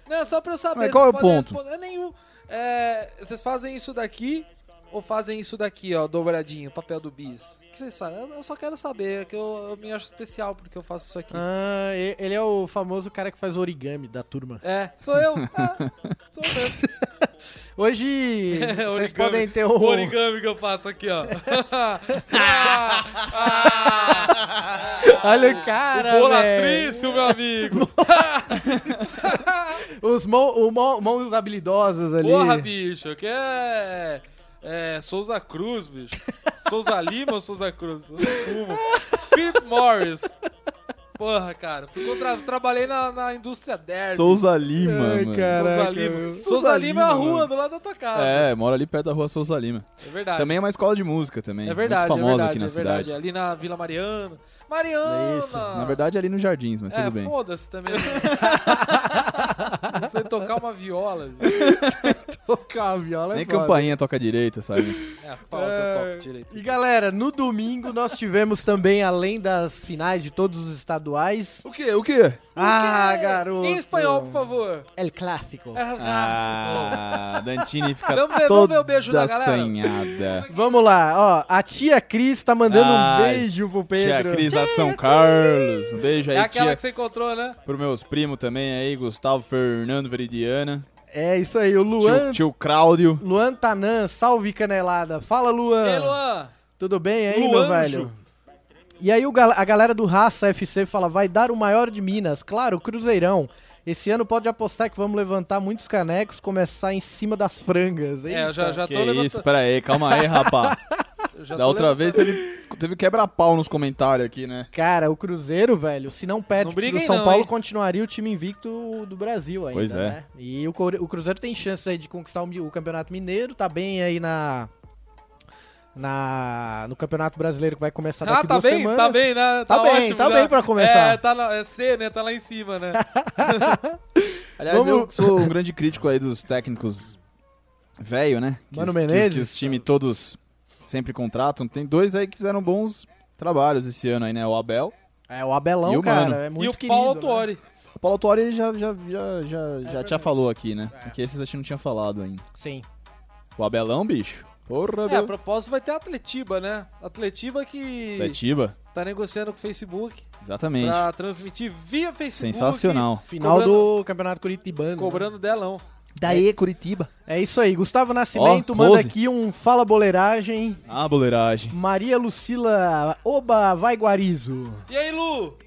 C: Não, só pra eu saber.
A: Mas qual é
C: vocês
A: o
C: podem
A: ponto?
C: responder nenhum. É, vocês fazem isso daqui ou fazem isso daqui, ó, dobradinho, papel do bis? O que vocês fazem? Eu- Eu só quero saber, que eu, eu me acho especial porque eu faço isso aqui.
B: Ah, e- ele é o famoso cara que faz origami da turma.
C: É, sou eu. É, sou eu. mesmo.
B: Hoje vocês
C: Origami.
B: podem ter
C: O
B: o.
C: origami que eu faço aqui, ó. Ah, ah,
B: Olha o cara, velho.
C: o Bolatriz, meu amigo.
B: Os mão, o mão, mãos habilidosas ali.
C: Porra, bicho, aqui é... é Souza Cruz, bicho. Souza Lima ou Souza Cruz? Eu não fumo. Philip Morris. Porra, cara. Fui contra... Trabalhei na, na indústria derby.
A: Souza Lima,
B: Ai,
A: mano.
B: cara.
C: Souza
B: Caraca,
C: Lima.
B: meu.
C: Souza,
A: Souza
C: Lima é a
A: Lima,
C: rua
A: mano.
C: do lado da tua casa.
A: É, mora ali perto da rua Souza Lima.
C: É verdade.
A: Também é uma escola de música também.
C: é
A: Muito
C: verdade,
A: famosa
C: é verdade,
A: aqui na
C: é
A: cidade.
C: verdade. Ali na Vila Mariana. Mariana!
B: É isso.
A: Na verdade, é ali nos jardins, mas
C: É,
A: tudo bem.
C: foda-se também. Você tocar uma viola. né,
B: Tocar a viola é
A: Nem
B: foda. Ah,
A: campainha toca direito, sabe?
C: É, a pau que eu toco direito.
B: E galera, no domingo nós tivemos também, além das finais de todos os estaduais.
A: o quê? O quê?
B: Ah,
C: Que-
B: garoto!
C: Em espanhol, por favor.
B: El Clássico.
A: Ah, Dantini fica
C: Vamos ver- vamos ver o
A: toda
C: beijo da galera.
A: assanhada.
B: Vamos lá, ó. A tia Cris tá mandando
A: Ah,
B: um beijo pro Pedro.
A: Tia Cris lá de São Carlos. Um beijo
C: É
A: aí,
C: aquela
A: tia.
C: que você encontrou, né?
A: Pro meus primos também aí, Gustavo, Fernando, Veridiana.
B: É isso aí, o Luan.
A: Tio, tio Cláudio.
B: Luan Tanan, salve Canelada. Fala,
C: Ei, Luan.
B: Tudo bem aí, meu
C: Luanjo.
B: velho? E aí o gal- a galera do Raça FC fala, vai dar o maior de Minas. Claro, o Cruzeirão. Esse ano pode apostar que vamos levantar muitos canecos, começar em cima das frangas.
C: É, eu já, já
A: Que
C: tô levantando.
A: isso, pera aí, calma aí, rapá.
C: já
A: da
C: tô
A: outra
C: levantando.
A: vez teve, teve quebra-pau nos comentários aqui, né?
B: Cara, o Cruzeiro, velho, se não perde
C: Não
B: pro
C: briguem
B: São
C: não,
B: Paulo,
C: hein?
B: continuaria o time invicto do Brasil ainda,
A: Pois é.
B: né? E o, Cor- o Cruzeiro tem chance aí de conquistar o, mi- o Campeonato Mineiro, tá bem aí na na, no Campeonato Brasileiro que vai começar
C: Ah,
B: daqui
C: tá
B: duas
C: bem,
B: semanas.
C: tá bem, né?
B: Tá bem,
C: ótimo,
B: tá
C: né?
B: bem pra começar.
C: É, tá na, é C, né? Tá lá em cima, né?
A: Aliás, eu
B: Vamos-
A: que sou um grande crítico aí dos técnicos velho, né? Que
B: Mano
A: os- que os-
B: Menezes.
A: Que os times todos sempre contratam. Tem dois aí que fizeram bons trabalhos esse ano aí, né? O Abel.
B: É, o Abelão,
A: E o
B: cara,
A: Mano.
B: é muito
C: e o
B: querido.
C: Paulo
B: né?
C: Autuori.
A: O Paulo Autori já, já, já, já, já te falou aqui, né? Porque esses a gente não tinha falado ainda.
B: Sim.
A: O Abelão, bicho. Porra,
C: É, a
A: do...
C: propósito vai ter a Atletiba, né? Atletiba que
A: Curitiba.
C: tá negociando com o Facebook
A: Exatamente.
C: pra transmitir via Facebook.
A: Sensacional.
B: Final
C: Cobrando-
B: do Campeonato Curitibano.
C: Cobrando delão.
D: Daí, Curitiba.
B: É isso aí. Gustavo Nascimento
A: Ó,
B: manda
A: close.
B: aqui um Fala Boleiragem.
A: Ah, boleiragem.
B: Maria Lucila Oba Vai Guarizo.
C: E aí, Lu?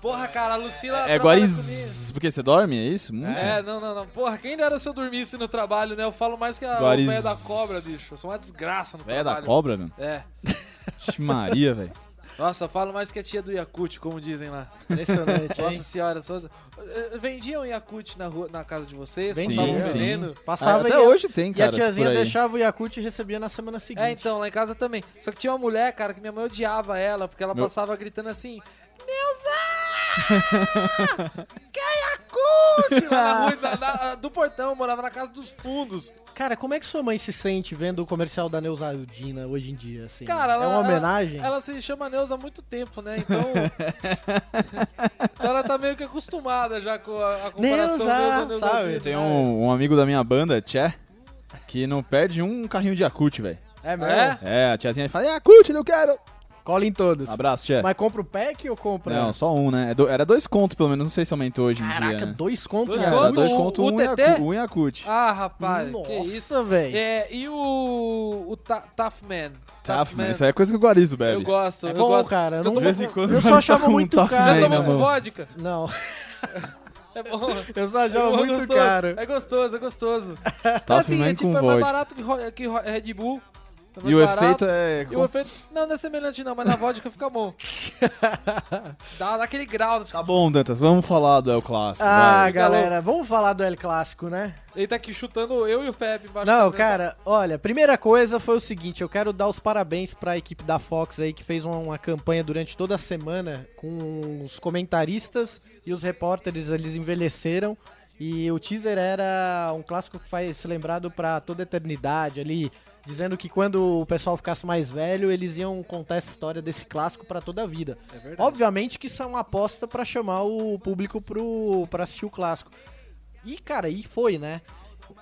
C: Porra, cara, a Lucila...
A: É
C: trabalha comigo.
A: Guariz. Porque você dorme, é isso? Muito.
C: É, não, não, não. Porra, quem dera se eu dormisse no trabalho, né? Eu falo mais que a
A: Guariz-
C: véia da cobra, bicho. Eu sou uma desgraça no
A: Véia da
C: trabalho.
A: cobra, velho.
C: É.
A: Vixe Maria, velho.
C: Nossa, eu falo mais que a tia do Yakut, como dizem lá.
B: Impressionante, hein?
C: Nossa senhora, só... Eh, vendiam Yakut na, rua, na casa de vocês?
A: Vendiam,
C: passavam
A: sim.
C: veneno?
B: Passava
A: Até
B: e, a-
A: hoje tem,
B: e
A: cara.
B: a tiazinha
A: por aí.
B: deixava o Yakut e recebia na semana seguinte.
C: É, então, lá em casa também. Só que tinha uma mulher, cara, que minha mãe odiava ela, porque ela
A: Meu-
C: passava gritando assim: Neuza! que Yakut! Lá na rua, na- na- do portão, eu morava na casa dos fundos.
B: Cara, como é que sua mãe se sente vendo o comercial da Neusaldina hoje em dia, assim?
C: Cara, ela,
B: é uma homenagem?
C: Ela, ela se chama Neuza há muito tempo, né? Então. então ela tá meio que acostumada já com a, a comparação
B: Neuza,
C: Neuza, Neuza
B: sabe?
C: Dina.
A: Tem um, um amigo da minha banda, Tché, que não perde um carrinho de acute, velho.
B: É
C: É?
A: É, a tiazinha fala, é acute, eu quero.
B: Cola em todos.
A: Abraço, Tché.
B: Mas compra o pack ou compra?
A: Não, só um, né? É do- Era dois contos, pelo menos. Não sei se aumentou hoje em
B: Caraca,
A: dia, né?
B: dois contos.
C: Dois
B: cara.
A: Era
C: contos?
A: dois
C: O-
A: contos,
C: o
A: um, e
C: TT?
A: acu- um e acute.
C: Ah, rapaz,
B: Nossa,
C: que isso.
B: velho.
C: É, e o. O Ta- Tough Man.
A: Tough, mano. Isso aí é coisa que o Guarizo bebe.
C: tá Eu gosto,
B: É
C: eu
B: bom,
C: gosto.
B: cara. Eu,
C: Eu
B: não-
A: De vez em quando
B: eu
A: o
B: só
A: Guarizo tá
B: achava
A: com um
B: muito
A: Tough
B: caro.
A: Man
C: Já
A: na
C: tomou
A: mão.
C: vodka?
B: Não,
C: É bom.
B: eu só
C: É
B: achava
C: bom,
B: muito
C: gostoso.
B: caro.
C: É gostoso, é gostoso.
A: Tough
C: assim,
A: Man
C: é, tipo,
A: Tá com
C: é mais
A: vodka.
C: barato que, ro- que ro- Red Bull. É mais
A: E o
C: barato.
A: efeito é...
C: E o efeito... Não, não é semelhante não, mas na vodka fica bom. dá, dá aquele grau. nesse-
A: Tá bom, Dantas, vamos falar do El Clássico.
B: Ah,
A: vai.
B: galera, vamos falar do El Clássico, né?
C: Ele tá aqui chutando eu e o Pepe. embaixo da
B: Não,
C: mesa.
B: cara, olha, primeira coisa foi o seguinte, eu quero dar os parabéns pra equipe da Fox aí que fez uma, uma campanha durante toda a semana com os comentaristas e os repórteres, eles envelheceram e o teaser era um clássico que faz ser lembrado pra toda a eternidade ali, dizendo que quando o pessoal ficasse mais velho, eles iam contar essa história desse clássico pra toda a vida. Obviamente que isso é uma aposta pra chamar o público pro para assistir o clássico. E, cara, e foi, né?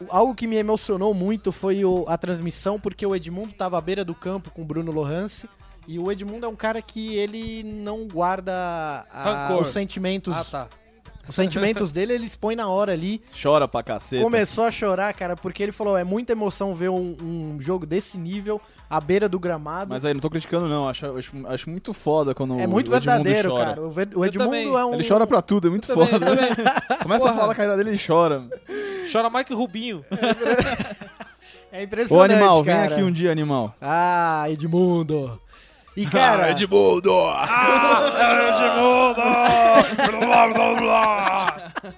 B: O- Algo que me emocionou muito foi o- a transmissão, porque o Edmundo tava à beira do campo com o Bruno Lohance. E o Edmundo é um cara que ele não guarda a-
C: Rancor.
B: os sentimentos.
C: Ah, tá.
B: Os sentimentos dele ele expõe na hora ali.
A: Chora pra caceta.
B: Começou a chorar, cara, porque ele falou: é muita emoção ver um, um jogo desse nível, à beira do gramado.
A: Mas aí, não tô criticando, não. Acho, acho, acho muito foda quando
B: é
A: o
B: muito
A: Edmundo
B: verdadeiro,
A: chora.
B: cara. O, Ved- o Edmundo
C: também.
B: é um.
A: Ele chora pra tudo, é muito
C: Também,
A: foda.
C: também.
A: Começa a
C: Porra.
A: falar na cara dele e chora.
C: Chora mais que o Rubinho.
B: É
A: Ô,
B: impressionante.
A: animal,
B: cara.
A: vem aqui um dia, animal.
B: Ah, Edmundo. E,
C: Ah,
B: cara.
D: É
A: Edmundo!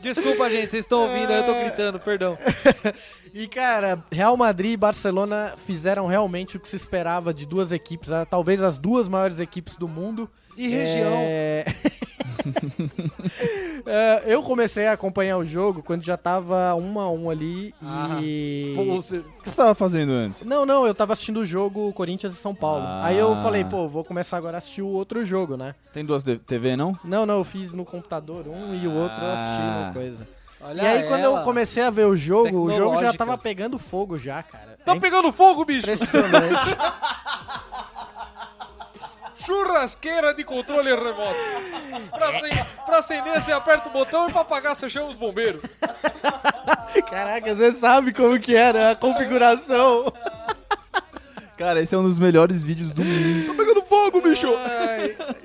C: Desculpa, gente, vocês estão ouvindo, eu
B: É.
C: tô gritando, perdão.
B: E, cara, Real Madrid e Barcelona fizeram realmente o que se esperava de duas equipes, ah, talvez as duas maiores equipes do mundo.
C: E região.
B: É... É, eu comecei a acompanhar o jogo quando já tava um a um ali e...
C: Pô, você-
A: O que você tava fazendo antes?
B: Não, não, eu tava assistindo o jogo Corinthians e São Paulo.
A: Ah.
B: Aí eu falei, pô, vou começar agora a assistir o outro jogo, né?
A: Tem duas de- TV, não?
B: Não, não, eu fiz no computador um e o outro eu assisti
A: Ah.
B: no coisa.
C: Olha
B: e aí quando eu
C: ela.
B: comecei a ver o jogo, o jogo já
C: Tecnológica.
B: tava pegando fogo já, cara.
C: Tá
B: É
C: pegando fogo, bicho!
B: Impressionante.
C: Churrasqueira de controle remoto. Pra, acen- pra acender, você aperta o botão e pra apagar, você chama os bombeiros.
B: Caraca, você sabe como que era a configuração.
A: Cara, esse é um dos melhores vídeos do mundo. Tô pegando fogo, bicho!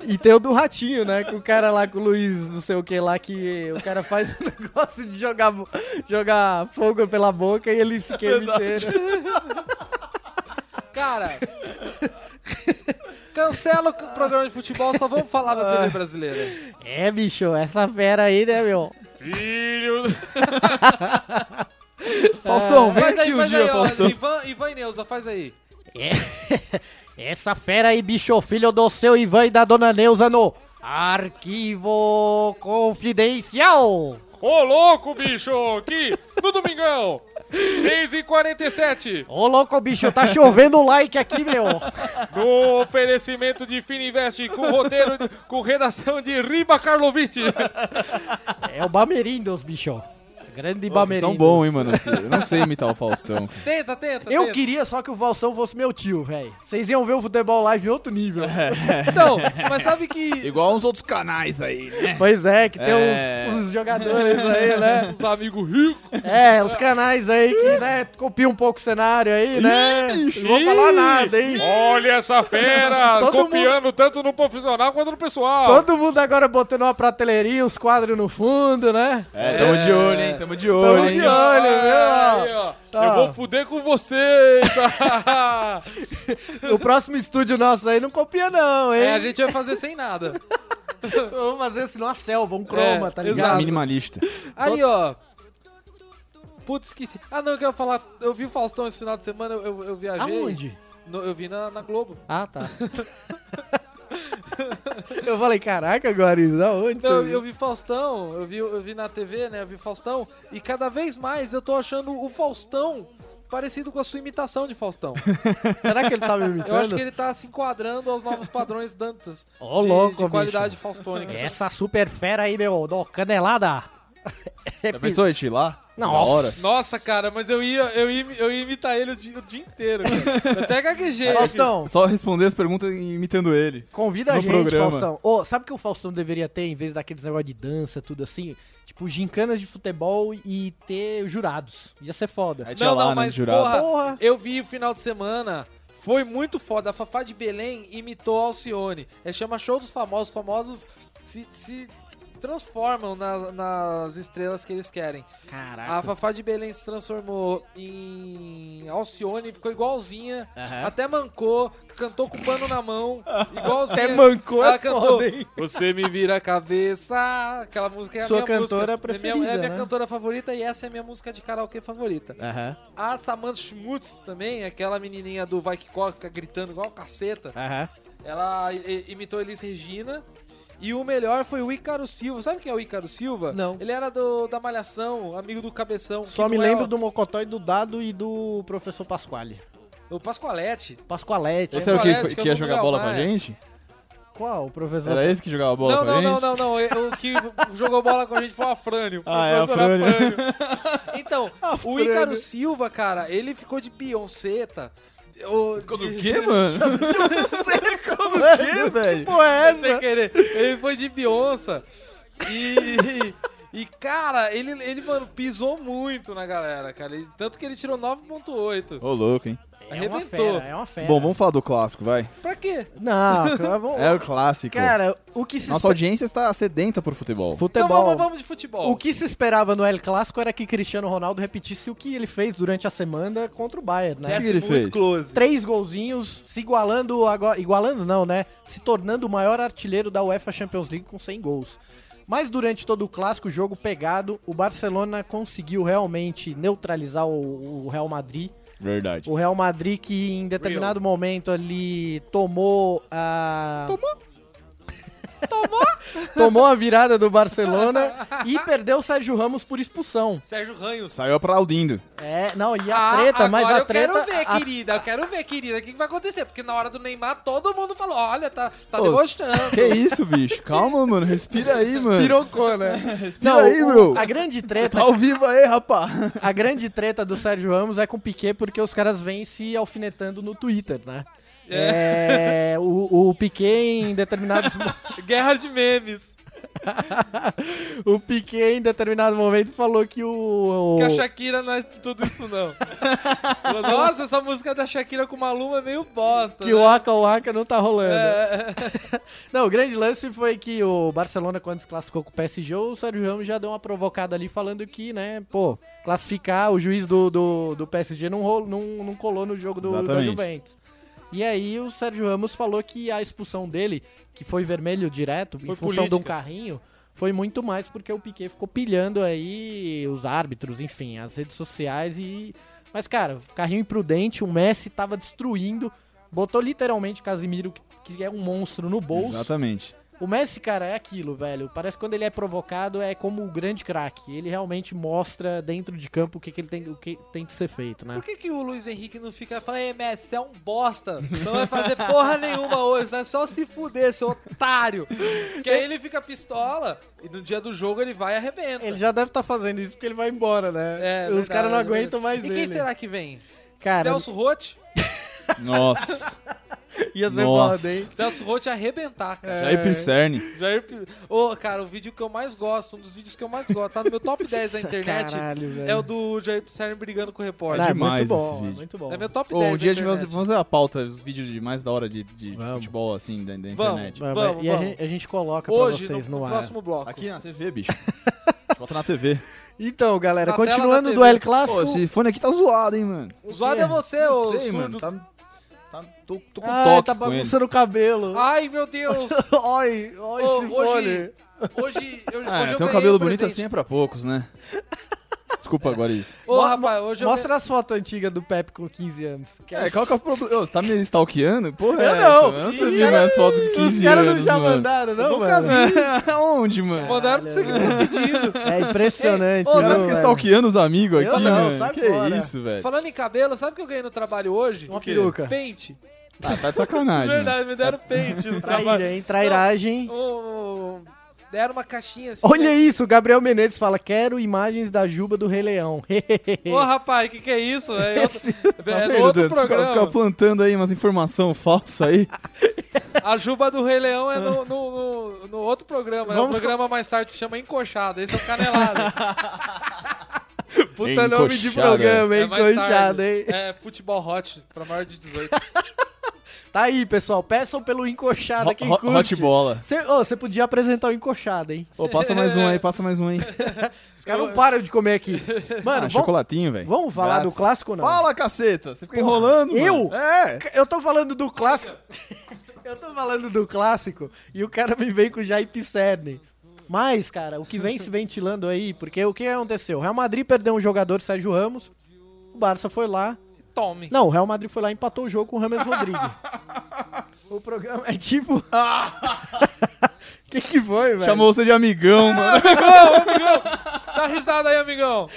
B: E tem o do ratinho, né? Que o cara lá com o Luiz, não sei o que lá, que o cara faz o negócio de jogar, jogar fogo pela boca e ele se queima inteiro.
C: Cara, cancela o c- programa de futebol, só vamos falar da TV brasileira.
B: É, bicho, essa fera aí, né, meu?
C: Filho...
A: Faustão, vem
C: Faz
A: aqui
C: aí,
A: um
C: Ah, faz
A: dia,
C: aí, ó,
A: Faustão.
C: Ivan, Ivan e Neuza, faz aí.
B: Essa fera aí, bicho, é filho do seu Ivan e da dona Neuza no Arquivo Confidencial.
C: Ô, louco, bicho! Aqui, no domingão, 6h47,
B: Ô, louco, bicho, tá chovendo like aqui, meu.
C: no oferecimento de Fininvest, com roteiro, de- com redação de Riba Karlovic.
B: É o Bamerindos, bicho. Grande
A: Nossa, vocês
B: Bamerindos.
A: são bom, hein, mano? Eu não sei imitar o Faustão.
C: Tenta, tenta,
B: Eu
C: tenta.
B: queria só que o Valsão fosse meu tio, velho. Vocês iam ver o futebol live em outro nível.
A: É.
C: Então, mas sabe que...
D: Igual uns outros canais aí, né?
B: Pois é, que tem
A: É.
B: Uns, uns jogadores aí, né?
C: Os amigos ricos.
B: É, os canais aí que, né, copiam um pouco o cenário aí, né? Não vou falar nada, hein?
C: Olha essa fera,
B: Todo
C: copiando tanto no profissional quanto no pessoal.
B: Todo mundo agora botando uma prateleria, os quadros no fundo, né?
A: É, tamo de olho, hein? Tamo de olho,
B: Tamo
A: hein?
B: de olho,
C: Aí,
B: meu.
C: ó.
B: Tá.
C: Eu vou fuder com vocês.
B: O próximo estúdio nosso aí não copia, não, hein?
C: é, a gente vai fazer sem nada.
B: Vamos fazer assim numa selva, um croma,
C: É,
B: tá
A: Ah,
B: ligado?
C: exato.
A: Minimalista.
C: Aí, ó. Putz, esqueci. Ah, não, eu quero falar. Eu vi o Faustão esse final de semana, eu, eu, eu viajei.
B: Aonde?
C: No- eu vi na, na Globo.
B: Ah, tá. Eu falei, caraca, Guariz, aonde?
C: Não, eu,
B: você
C: eu vi Faustão, eu vi, eu vi na TV, né? Eu vi Faustão. E cada vez mais eu tô achando o Faustão parecido com a sua imitação de Faustão.
B: viu? Será que ele tá me
C: Eu acho
B: imitando?
C: que ele tá se enquadrando aos novos padrões Dantas.
B: Ô,
C: de,
B: louco,
C: de qualidade
B: bicho.
C: faustônica.
B: Essa super fera aí, meu, do canelada.
A: Já pensou em ir lá? Na
B: Nossa.
A: hora?
C: Nossa, cara, mas eu ia, eu ia, eu ia imitar ele o dia, o dia inteiro. cara. Eu até gaguejei. aqui.
B: Faustão,
A: Só responder as perguntas imitando ele.
B: Convida a
A: No
B: gente,
A: programa.
B: Faustão. Ô, sabe o que o Faustão deveria ter em vez daqueles negócio de dança, tudo assim? Tipo, gincanas de futebol e ter jurados. Ia ser foda.
A: Aí tinha lá, né, de jurado.
C: porra,
B: Porra.
C: eu vi o final de semana. Foi muito foda. A Fafá de Belém imitou a Alcione. É, chama Show dos Famosos. Os famosos se, se transformam na- nas estrelas que eles querem. A
B: Caraca.
C: Fafá de Belém se transformou em Alcione, ficou igualzinha,
B: Aham.
C: É. até mancou, cantou com o pano na mão, igualzinha.
B: Até mancou,
C: Ela
B: é
C: cantou,
B: foda, hein?
C: você me vira a cabeça, aquela música é a
B: Sua
C: minha
B: cantora
C: música. É minha- É
B: preferida,
C: a minha
B: né?
C: cantora favorita e essa é a minha música de karaokê favorita.
B: Aham,
C: A Samantha Schmutz também, aquela menininha do Vai Que Corre, fica gritando igual um caceta.
B: aham.
C: Ela i- i- imitou Elis Regina. E o melhor foi o Ícaro Silva. Sabe quem é o Ícaro Silva?
B: Não.
C: Ele era do, da Malhação, amigo do Cabeção.
B: Só
C: que
B: me
C: não é
B: lembro
C: o-
B: do Mocotó e do Dado e do professor Pasquale.
C: O Pascoalete.
B: Pasqualete.
A: Esse era o que,
C: Parece que
A: que ia
C: eu não
A: jogar
C: vou
A: bola
C: ganhar
A: pra gente?
B: Qual o professor?
A: Era esse que jogava bola
C: Não,
A: pra
C: não,
A: gente?
C: não, não, não. O que jogou bola com a gente foi o Afrânio.
A: Ah, é, o
C: professor
A: Afrânio.
C: Afrânio. Então, o
B: Afrânio.
C: Ícaro Silva, cara, ele ficou de Beyoncéta. O...
A: Ficou do quê, mano?
B: é um Como é que, velho? Que porra é
C: Sem
B: essa?
C: querer. Ele foi de Beyoncé. E. E, cara, ele, ele, mano, pisou muito na galera, cara. Ele- tanto que ele tirou 9.8.
A: Ô, louco, hein?
B: É uma
C: Arrebentou.
B: fera, é uma fera.
A: Bom, vamos falar do clássico, vai.
C: Pra quê?
B: Não, cara, vamos...
A: É o clássico.
B: Cara, o que se...
A: Nossa audiência está sedenta por futebol.
C: Então
B: Futebol.
C: vamos, vamos de futebol.
B: O que se esperava no El Clássico era que Cristiano Ronaldo repetisse o que ele fez durante a semana contra o Bayern, né?
A: Que-
C: Desce
A: ele
C: é muito
A: fez?
C: close.
B: Três golzinhos, se igualando agora, igualando não, né? Se tornando o maior artilheiro da UEFA Champions League com 100 gols. Mas durante todo o clássico, jogo pegado, o Barcelona conseguiu realmente neutralizar o, o Real Madrid.
A: Verdade.
B: O Real Madrid que em determinado momento ali tomou a
C: Tomou?
B: tomou a virada do Barcelona e perdeu o Sérgio Ramos por expulsão.
C: Sérgio Ranhos.
A: Saiu aplaudindo.
B: É, não, e a treta,
C: Ah, agora
B: mas a
C: eu
B: treta.
C: quero ver,
B: a-
C: querida. Eu quero ver, querida. O que que vai acontecer? Porque na hora do Neymar, todo mundo falou, olha, tá, tá
A: Ô,
C: debochando.
A: Que isso, bicho? Calma, mano. Respira aí, mano.
B: Pirocou, né?
A: Respira
B: Não,
A: aí,
B: o-
A: bro.
B: a grande treta,
A: Tá ao vivo aí, rapá.
B: a grande treta do Sérgio Ramos é com o Piquet porque os caras vêm se alfinetando no Twitter, né? É, o, o Piquet em determinados mo-
C: Guerra de memes.
B: o Piquet em determinado momento falou que o,
C: Que a
B: o
C: Shakira não é tudo isso, não. Falou, Nossa, essa música da Shakira com uma luma é meio bosta.
B: que
C: né?
B: o Waka Waka não tá rolando.
C: É.
B: Não, o grande lance foi que o Barcelona, quando se classificou com o PSG, o Sérgio Ramos já deu uma provocada ali falando que, né, pô, classificar o juiz do, do, do PSG não, rolo, não, não colou no jogo do, da
A: Exatamente.
B: Juventus. E aí o Sérgio Ramos falou que a expulsão dele, que foi vermelho direto, em
C: Foi
B: função de um
C: política.
B: carrinho, foi muito mais porque o Piquet ficou pilhando aí os árbitros, enfim, as redes sociais e Mas, cara, carrinho imprudente, o Messi tava destruindo, botou literalmente Casimiro, que que é um monstro, no bolso.
A: Exatamente.
B: O Messi, cara, é aquilo, velho. Parece que quando ele é provocado, é como o grande craque. Ele realmente mostra dentro de campo o que, que ele tem, o que tem que ser feito, né?
C: Por que, que o Luiz Henrique não fica falando, ei, Messi, você é um bosta, não vai fazer porra nenhuma hoje, é só se fuder, seu otário. Que aí ele fica pistola e no dia do jogo ele vai e arrebenta.
B: Ele já deve estar fazendo isso porque ele vai embora, né?
C: É,
B: Os
C: verdade,
B: caras não
C: verdade.
B: aguentam mais
C: E
B: ele.
C: quem será que vem?
B: Cara,
C: Celso Roth?
A: Nossa.
B: ia ser
A: Nossa.
B: foda, hein?
C: Celso Roth arrebentar, cara.
A: Jair Pisserni.
C: Jair Pi- Ô, cara, o vídeo que eu mais gosto, um dos vídeos que eu mais gosto, tá no meu top 10 da internet,
B: Caralho, velho.
C: é o do Jair Pisserni brigando com o
A: É
B: Não,
C: repórter.
B: é
A: demais
B: muito bom,
A: esse vídeo.
B: muito bom.
C: É meu top
A: Ô,
C: 10
A: um dia
C: da
A: a gente vai fazer-
C: internet.
A: vamos fazer uma pauta, os vídeos de mais da hora de, de
B: Vamos.
A: futebol, assim, da, da
C: Vamos.
A: internet.
B: Mas-
C: Vamos,
B: e a
C: vamos.
B: gente, a gente coloca
C: Hoje,
B: pra vocês
C: no,
B: no,
C: no
B: ar.
C: próximo bloco.
A: Aqui na TV, bicho. Bota na TV.
B: Então, galera,
C: Na tela
B: continuando
C: da
B: do
C: TV.
B: El Clássico.
A: Pô, esse fone aqui tá zoado, hein, mano.
C: O zoado é você, ô
A: Não sei, mano.
C: surdo.
A: Tá, tá- tô, tô com
B: Ah,
A: toque
B: tá
A: com ele.
B: bagunçando o cabelo.
C: Ai, meu Deus.
B: Oi, oi,
C: Ah. Ô,
B: esse
C: hoje,
B: fone.
C: hoje, eu- hoje
A: Ah,
C: eu
A: tem um
C: ganhei
A: cabelo
C: um
A: bonito
C: presente.
A: assim é pra poucos, né? Desculpa agora isso.
C: Ô,
B: Mo-
C: rapaz, hoje eu
B: Mostra as fotos antigas do Pepe com 15 anos. Que
A: É, qual que é o problema? Ô, Você tá me stalkeando? Porra,
B: Eu
A: é
B: não.
A: Essa, mano? Onde
B: Os
A: você viu
B: cara-
A: minhas fotos de 15
B: Os caras
A: anos,
B: não já
A: mano?
B: mandaram, não,
C: Nunca
B: mano?
A: Onde, mano?
C: Mandaram pra você que tá pedindo.
B: É impressionante.
C: Ei,
B: não,
C: ô,
A: Você vai ficar
B: velho?
A: stalkeando os amigos
B: Eu
A: aqui,
B: não,
A: mano?
B: sai
A: que
B: fora.
A: isso, velho?
C: Falando em cabelo, sabe o que eu ganhei no trabalho hoje?
B: Uma peruca.
C: Pente.
A: Ah, tá de sacanagem. mano.
C: Verdade, me deram pente no trabalho.
B: Traíra, hein? Trairagem.
C: Um- deram uma caixinha assim.
B: Olha isso, o Gabriel Menezes fala: quero imagens da Juba do Rei Leão.
C: Ô, rapaz, o que, que é isso? É, outro-
A: Tá
C: é no
A: vendo,
C: outro
A: Dudu? Os caras ficam
C: programa.
A: plantando aí umas informação falsa aí.
C: A Juba do Rei Leão é no, no- no- no outro programa. É um
B: Vamos
C: programa mais tarde que chama Encoxada. Esse é o Canelada.
B: Puta nome de
A: Encoxada.
B: programa,
C: é
B: hein?
C: mais
B: Conchado,
C: tarde.
B: hein?
C: É futebol hot pra maior de 18.
B: Tá aí, pessoal. Peçam pelo encoxada quem
A: Ho- ho-
B: curte.
A: Hot bola.
B: Você ô, você podia apresentar o encoxada, hein?
A: Ô, passa mais
B: É.
A: um aí, passa mais um aí.
B: Os caras não param de comer aqui.
A: Ah,
B: Mano, vamos,
A: chocolatinho, velho.
B: vamos falar do
A: Grátis.
B: clássico ou não?
A: Fala, caceta. Você fica enrolando, mano.
B: eu?
A: É.
B: Eu tô falando do clássico. Eu tô falando do clássico e o cara me vem com o Jair Pisserni. Mas, cara, o que vem se ventilando aí, porque o que aconteceu? O Real Madrid perdeu um jogador, Sérgio Ramos. O Barça foi lá.
C: Tome.
B: Não, o Real Madrid foi lá e empatou o jogo com o Rames Rodrigues. o programa é tipo. O que, que foi, velho?
A: Chamou você de amigão, mano.
C: Dá risada aí, amigão.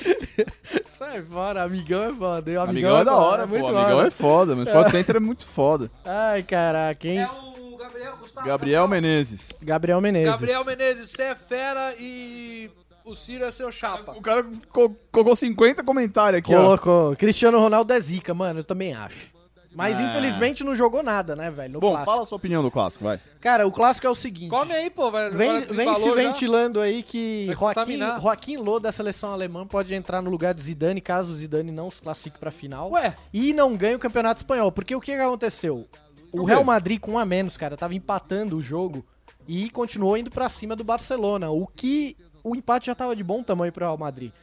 B: Sai fora, amigão é foda. E o
A: Amigão é da hora, pô.
B: muito
A: Amigão
B: hora.
A: é foda, mas Sport Center é muito foda.
B: Ai, caraca, hein?
C: É o Gabriel Gustavo.
A: Gabriel Menezes.
B: Gabriel Menezes.
C: Gabriel Menezes, você é fera e o Ciro é seu chapa.
A: O cara co- colocou 50 comentários aqui, ó.
B: Colocou. Cristiano Ronaldo é zica, mano, eu também acho. Mas
A: Ah.
B: infelizmente não jogou nada, né, velho? No
A: Bom,
B: clássico.
A: fala a sua opinião do clássico, vai.
B: Cara, o clássico é o seguinte.
C: Come aí, pô.
B: Vem,
C: Vai, agora
B: vem se
C: desembalou já.
B: ventilando aí que
C: Vai
B: Joaquim,
C: contaminar.
B: Joaquim Lô da seleção alemã pode entrar no lugar de Zidane caso o Zidane não se classifique pra final.
C: Ué,
B: E não ganhe o campeonato espanhol. Porque o que aconteceu? O
A: quê?
B: Real Madrid com um a menos, cara, tava empatando o jogo e continuou indo pra cima do Barcelona. O que o empate já tava de bom tamanho pro Real Madrid.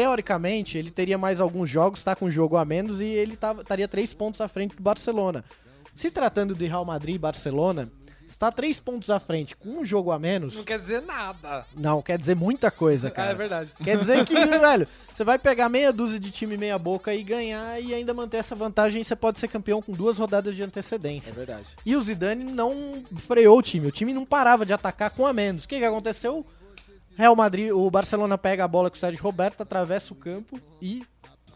B: Teoricamente, ele teria mais alguns jogos, tá com um jogo a menos e ele tava- estaria três pontos à frente do Barcelona. Se tratando de Real Madrid e Barcelona, está três pontos à frente com um jogo a menos.
C: não quer dizer nada.
B: Não, quer dizer muita coisa,
C: Ah,
B: cara.
C: é verdade.
B: Quer dizer que, velho, você vai pegar meia dúzia de time meia boca e ganhar e ainda manter essa vantagem, você pode ser campeão com duas rodadas de antecedência.
C: verdade.
B: E o Zidane não freou o time, o time não parava de atacar com a menos. O que, que aconteceu? Real Madrid, o Barcelona pega a bola com o Sérgio Roberto, atravessa o campo e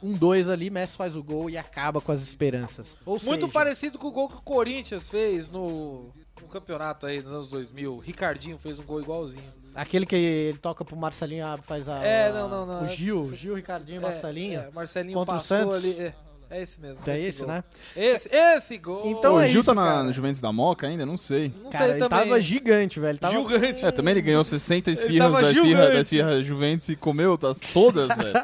B: um dois ali, Messi faz o gol e acaba com as esperanças. Ou
C: Muito
B: seja,
C: parecido com o gol que o Corinthians fez no, no campeonato aí dos anos 2000. Ricardinho fez um gol igualzinho.
B: aquele que ele toca pro Marcelinho, ah, faz a
C: É,
B: a-
C: não, não, não.
B: o Gil, Gil, Ricardinho,
C: É,
B: Marcelinho.
C: é, Marcelinho
B: contra o
C: passou
B: Santos.
C: ali. É, é esse mesmo.
B: É esse,
C: gol.
B: né?
C: Esse, esse gol.
B: Então
A: Ô,
B: é
A: o Gil
B: isso,
A: tá na
B: cara.
A: Juventus da Moca ainda? Não sei.
C: não
B: Cara,
C: sei
B: ele
C: também. né?
B: tava gigante, velho. Tava
C: Gigante.
A: É, também ele ganhou 60 esfirras
C: tava
A: da esfirra,
C: gigante.
A: da esfirra Juventus e comeu das todas, velho.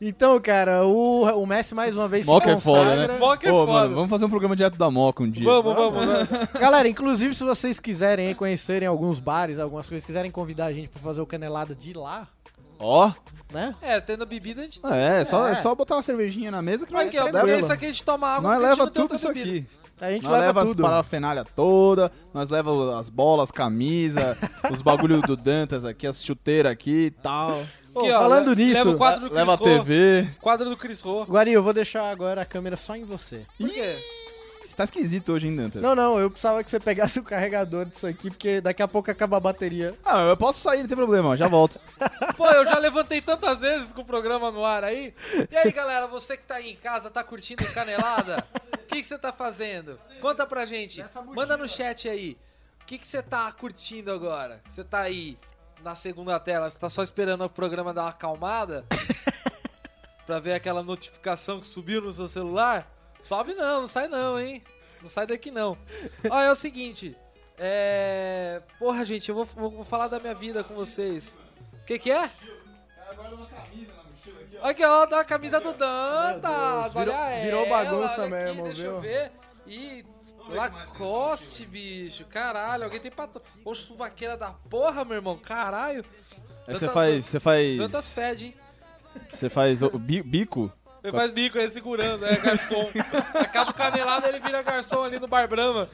B: Então, cara, o, o Messi mais uma vez
A: Moca é foda,
B: consagra.
A: né?
C: Moca é
A: Ô,
C: foda.
A: mano, vamos fazer um programa direto da Moca um dia.
C: Vamos, vamos, vamos.
B: Galera, inclusive, se vocês quiserem aí conhecerem alguns bares, algumas coisas, quiserem convidar a gente pra fazer o Canelada de lá,
A: Ó.
B: né?
C: É, tendo bebida a gente
A: Ah, É, só,
B: É.
A: é só botar uma cervejinha na mesa que nós
C: Aqui, ó,
A: leva,
C: porque isso aqui a gente toma água.
A: nós
C: porque a gente
A: leva
C: não tem
A: tudo
C: outra
A: isso
C: bebida.
A: aqui.
B: A gente
A: Nós leva,
B: leva
A: as
B: tudo.
A: parafernália toda, nós leva as bolas, camisa, os bagulho do Dantas aqui, as chuteiras aqui e tal.
B: Ô, falando
C: le-
B: nisso,
C: leva o quadro do Chris
A: Leva a
C: Ro,
A: TV.
C: Quadro do Chris Ro.
B: Guari, eu vou deixar agora a câmera só em você.
C: Por quê?
A: Você tá esquisito hoje, hein, Dantas?
B: Não, não, eu precisava que você pegasse o carregador disso aqui, porque daqui a pouco acaba a bateria.
A: Ah, eu posso sair, não tem problema, já volto.
C: Pô, eu já levantei tantas vezes com o programa no ar aí. E aí, galera, você que tá aí em casa, tá curtindo o Canelada? O que que você tá fazendo? Conta pra gente. Manda no chat aí. O que que você tá curtindo agora? Você tá aí na segunda tela, você tá só esperando o programa dar uma acalmada? pra ver aquela notificação que subiu no seu celular? Sobe não, não sai não, hein? Não sai daqui não. Olha, é o seguinte. É. Porra, gente, eu vou, vou- vou falar da minha vida com vocês. O que, que é? Aqui, ó, da camisa do Dantas.
B: Meu Deus,
C: olha
B: virou- virou
C: ela,
B: bagunça
C: olha aqui,
B: mesmo,
C: Deixa
B: viu?
C: eu ver. E Lacoste, bicho. Caralho, alguém tem patrão. Ô, suvaqueira da porra, meu irmão. Caralho.
A: Aí você
C: Dantas-
A: faz. Você
C: Dantas
A: faz.
C: fede, hein?
A: Você faz o bi- bico?
C: Ele faz bico aí segurando, é garçom. Acaba o canelado, ele vira garçom ali no Bar Brahma.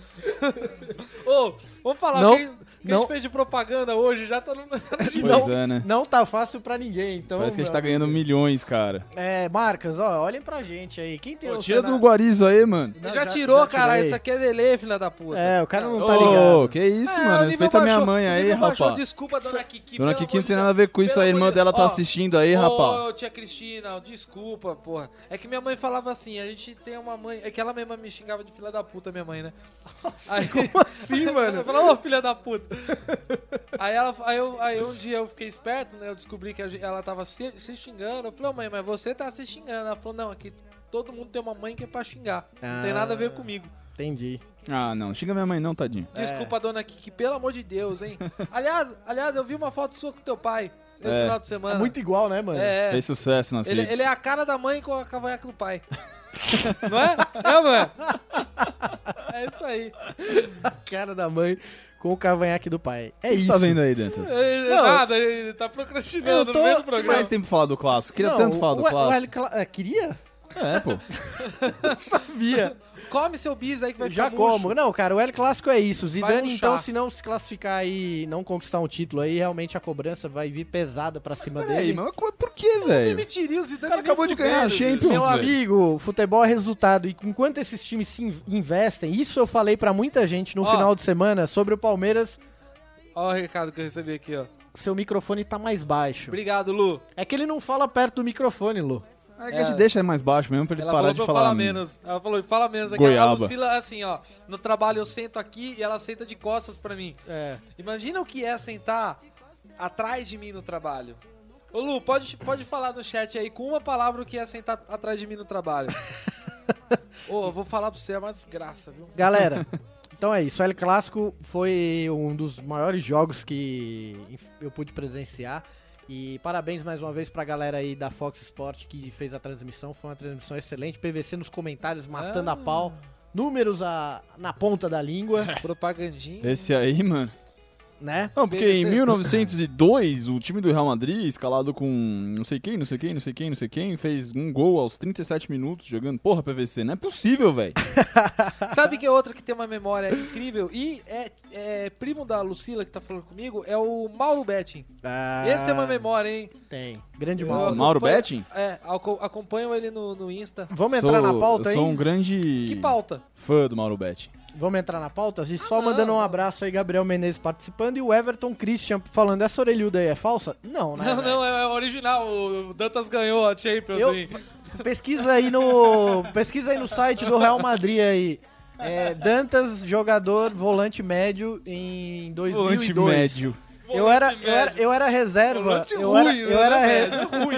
C: Ô, vamos falar
B: Não,
C: o que, que a
B: não.
C: gente fez de propaganda hoje, já tá no.
A: Pois é, né?
B: Não tá fácil pra ninguém, então.
A: Parece que a gente tá ganhando milhões, cara.
B: É, Marcas, ó, olhem pra gente aí. Quem tem
A: Pô,
B: o
A: tira
B: cena-
A: do Guarizo aí, mano.
B: Não,
C: já, tirou,
B: já
C: cara.
B: tirei.
C: Isso aqui é delay, filha da puta.
B: É, o cara não tá
A: Ô,
B: ligado.
A: que isso,
C: É, o
A: mano.
C: nível
A: Respeita minha
C: baixou,
A: mãe
C: o
A: aí,
C: nível baixou.
A: rapaz.
C: Desculpa, dona Kiki.
A: Dona
C: pelo
A: Kiki
C: amor
A: não tem
C: de
A: nada a ver com
C: Deus.
A: isso. A
C: Pelo
A: irmã
C: amor de
A: dela tá
C: Deus. Ó,
A: assistindo aí, rapaz.
C: Ô, tia Cristina, desculpa, porra. É que minha mãe falava assim, a gente tem uma mãe... É que ela mesma me xingava de filha da puta, minha mãe, né? aí, como assim, mano? Ela falava, ô, filha da puta. aí, ela, aí, eu, aí um dia eu fiquei esperto, né? Eu descobri que a gen- ela tava se, se xingando. Eu falei, ô mãe, mas você tá se xingando. Ela falou, não, aqui todo mundo tem uma mãe que é pra xingar. Não tem
B: Ah.
C: nada a ver comigo.
B: Entendi.
A: Ah, não. Xinga minha mãe, não, tadinho.
C: Desculpa, dona Kiki, pelo amor de Deus, hein? aliás, aliás, eu vi uma foto sua com teu pai esse
A: É.
C: final de semana.
B: É muito igual, né, mano?
C: Ah. É, é.
A: Fez sucesso nas
C: Ele,
A: redes.
C: ele é a cara da mãe com a cavanhaque do pai. não é? É, não é? É isso aí.
B: Cara da mãe com o cavanhaque do pai. É
A: O que
B: isso.
A: você tá vendo aí, Dantas?
C: É,
B: Não,
C: nada, ele tá procrastinando
B: eu tô-
C: no mesmo
A: O que
C: programa.
A: mais tem pra falar do clássico? Queria
B: Não,
A: tanto falar do
B: o- o-
A: clássico.
B: o- cla- é, queria?
A: É, pô.
B: Sabia.
C: Come seu bis aí que vai
B: Já
C: ficar murcho.
B: como. Não, cara, o El Clássico é isso. Zidane,
C: murchar.
B: então, se não se classificar e não conquistar um título aí, realmente a cobrança vai vir pesada pra cima
A: Peraí,
B: dele.
A: mas co- por que, velho?
C: Demitiria o Zidane.
A: O né? cara
C: nem
A: acabou de
C: fudendo,
A: ganhar a
C: bicho.
A: Champions.
B: Meu
A: velho.
B: amigo, futebol é resultado. E enquanto esses times se in- investem, isso eu falei pra muita gente no
C: Ó.
B: final de semana sobre o Palmeiras.
C: Ó o recado que eu recebi aqui, ó.
B: Seu microfone tá mais baixo.
C: Obrigado, Lu.
B: É que ele não fala perto do microfone, Lu.
A: É que a gente deixa mais baixo mesmo pra ele
C: Ela
A: parar
C: falou
A: de
C: pra eu
A: falar.
C: falar menos. Ela falou, fala menos. Aqui, a
A: Goiaba.
C: Lucila, assim, ó. No trabalho eu sento aqui e ela senta de costas pra mim.
B: É.
C: Imagina o que é sentar atrás de mim no trabalho. Ô Lu, pode, pode falar no chat aí com uma palavra o que é sentar atrás de mim no trabalho. Ô, eu vou falar pra você, é uma desgraça, viu?
B: Galera, então é isso. O El Clássico foi um dos maiores jogos que eu pude presenciar. E parabéns mais uma vez pra galera aí da Fox Sport que fez a transmissão. Foi uma transmissão excelente. PVC nos comentários matando a pau.
C: Ah.
B: Números a- na ponta da língua,
C: Propagandinha.
A: Esse aí, mano.
B: né?
A: Não, porque em
C: PVC.
A: 1902, o time do Real Madrid, escalado com não sei quem, não sei quem, não sei quem, não sei quem, fez um gol aos 37 minutos jogando. Porra, PVC, não é possível, velho.
B: tá
C: Sabe que é outro que tem uma memória incrível? E é, é primo da Lucila que tá falando comigo, é o Mauro Betting. Esse é tem uma memória, hein?
B: Ah, Tem. Grande
C: Eu
B: mal.
A: Mauro
C: acompanho-
A: Betting?
C: É, aco- acompanho ele no, no Insta.
B: Vamos entrar
A: Sou-
B: na pauta
A: eu
B: aí?
A: sou um grande
C: Que pauta.
A: fã do Mauro Betti.
B: Vamos entrar na pauta? A gente só
C: Ah, não.
B: mandando um abraço aí, Gabriel Menezes participando e o Everton Christian falando: essa orelhuda aí é falsa? Não, né?
C: Não,
B: velho?
C: não, é é original. O Dantas ganhou a Champions.
B: Eu-
C: hein?
B: Pesquisa aí no. Pesquisa aí no site do Real Madrid aí. É, Dantas, jogador, volante médio em 2002.
A: Volante médio.
B: Eu era,
C: Volante
B: eu era,
C: médio.
B: eu era reserva.
C: Volante
B: Eu
C: ruim,
B: era,
C: não
B: eu,
C: é
B: era, re-
C: médio, é ruim.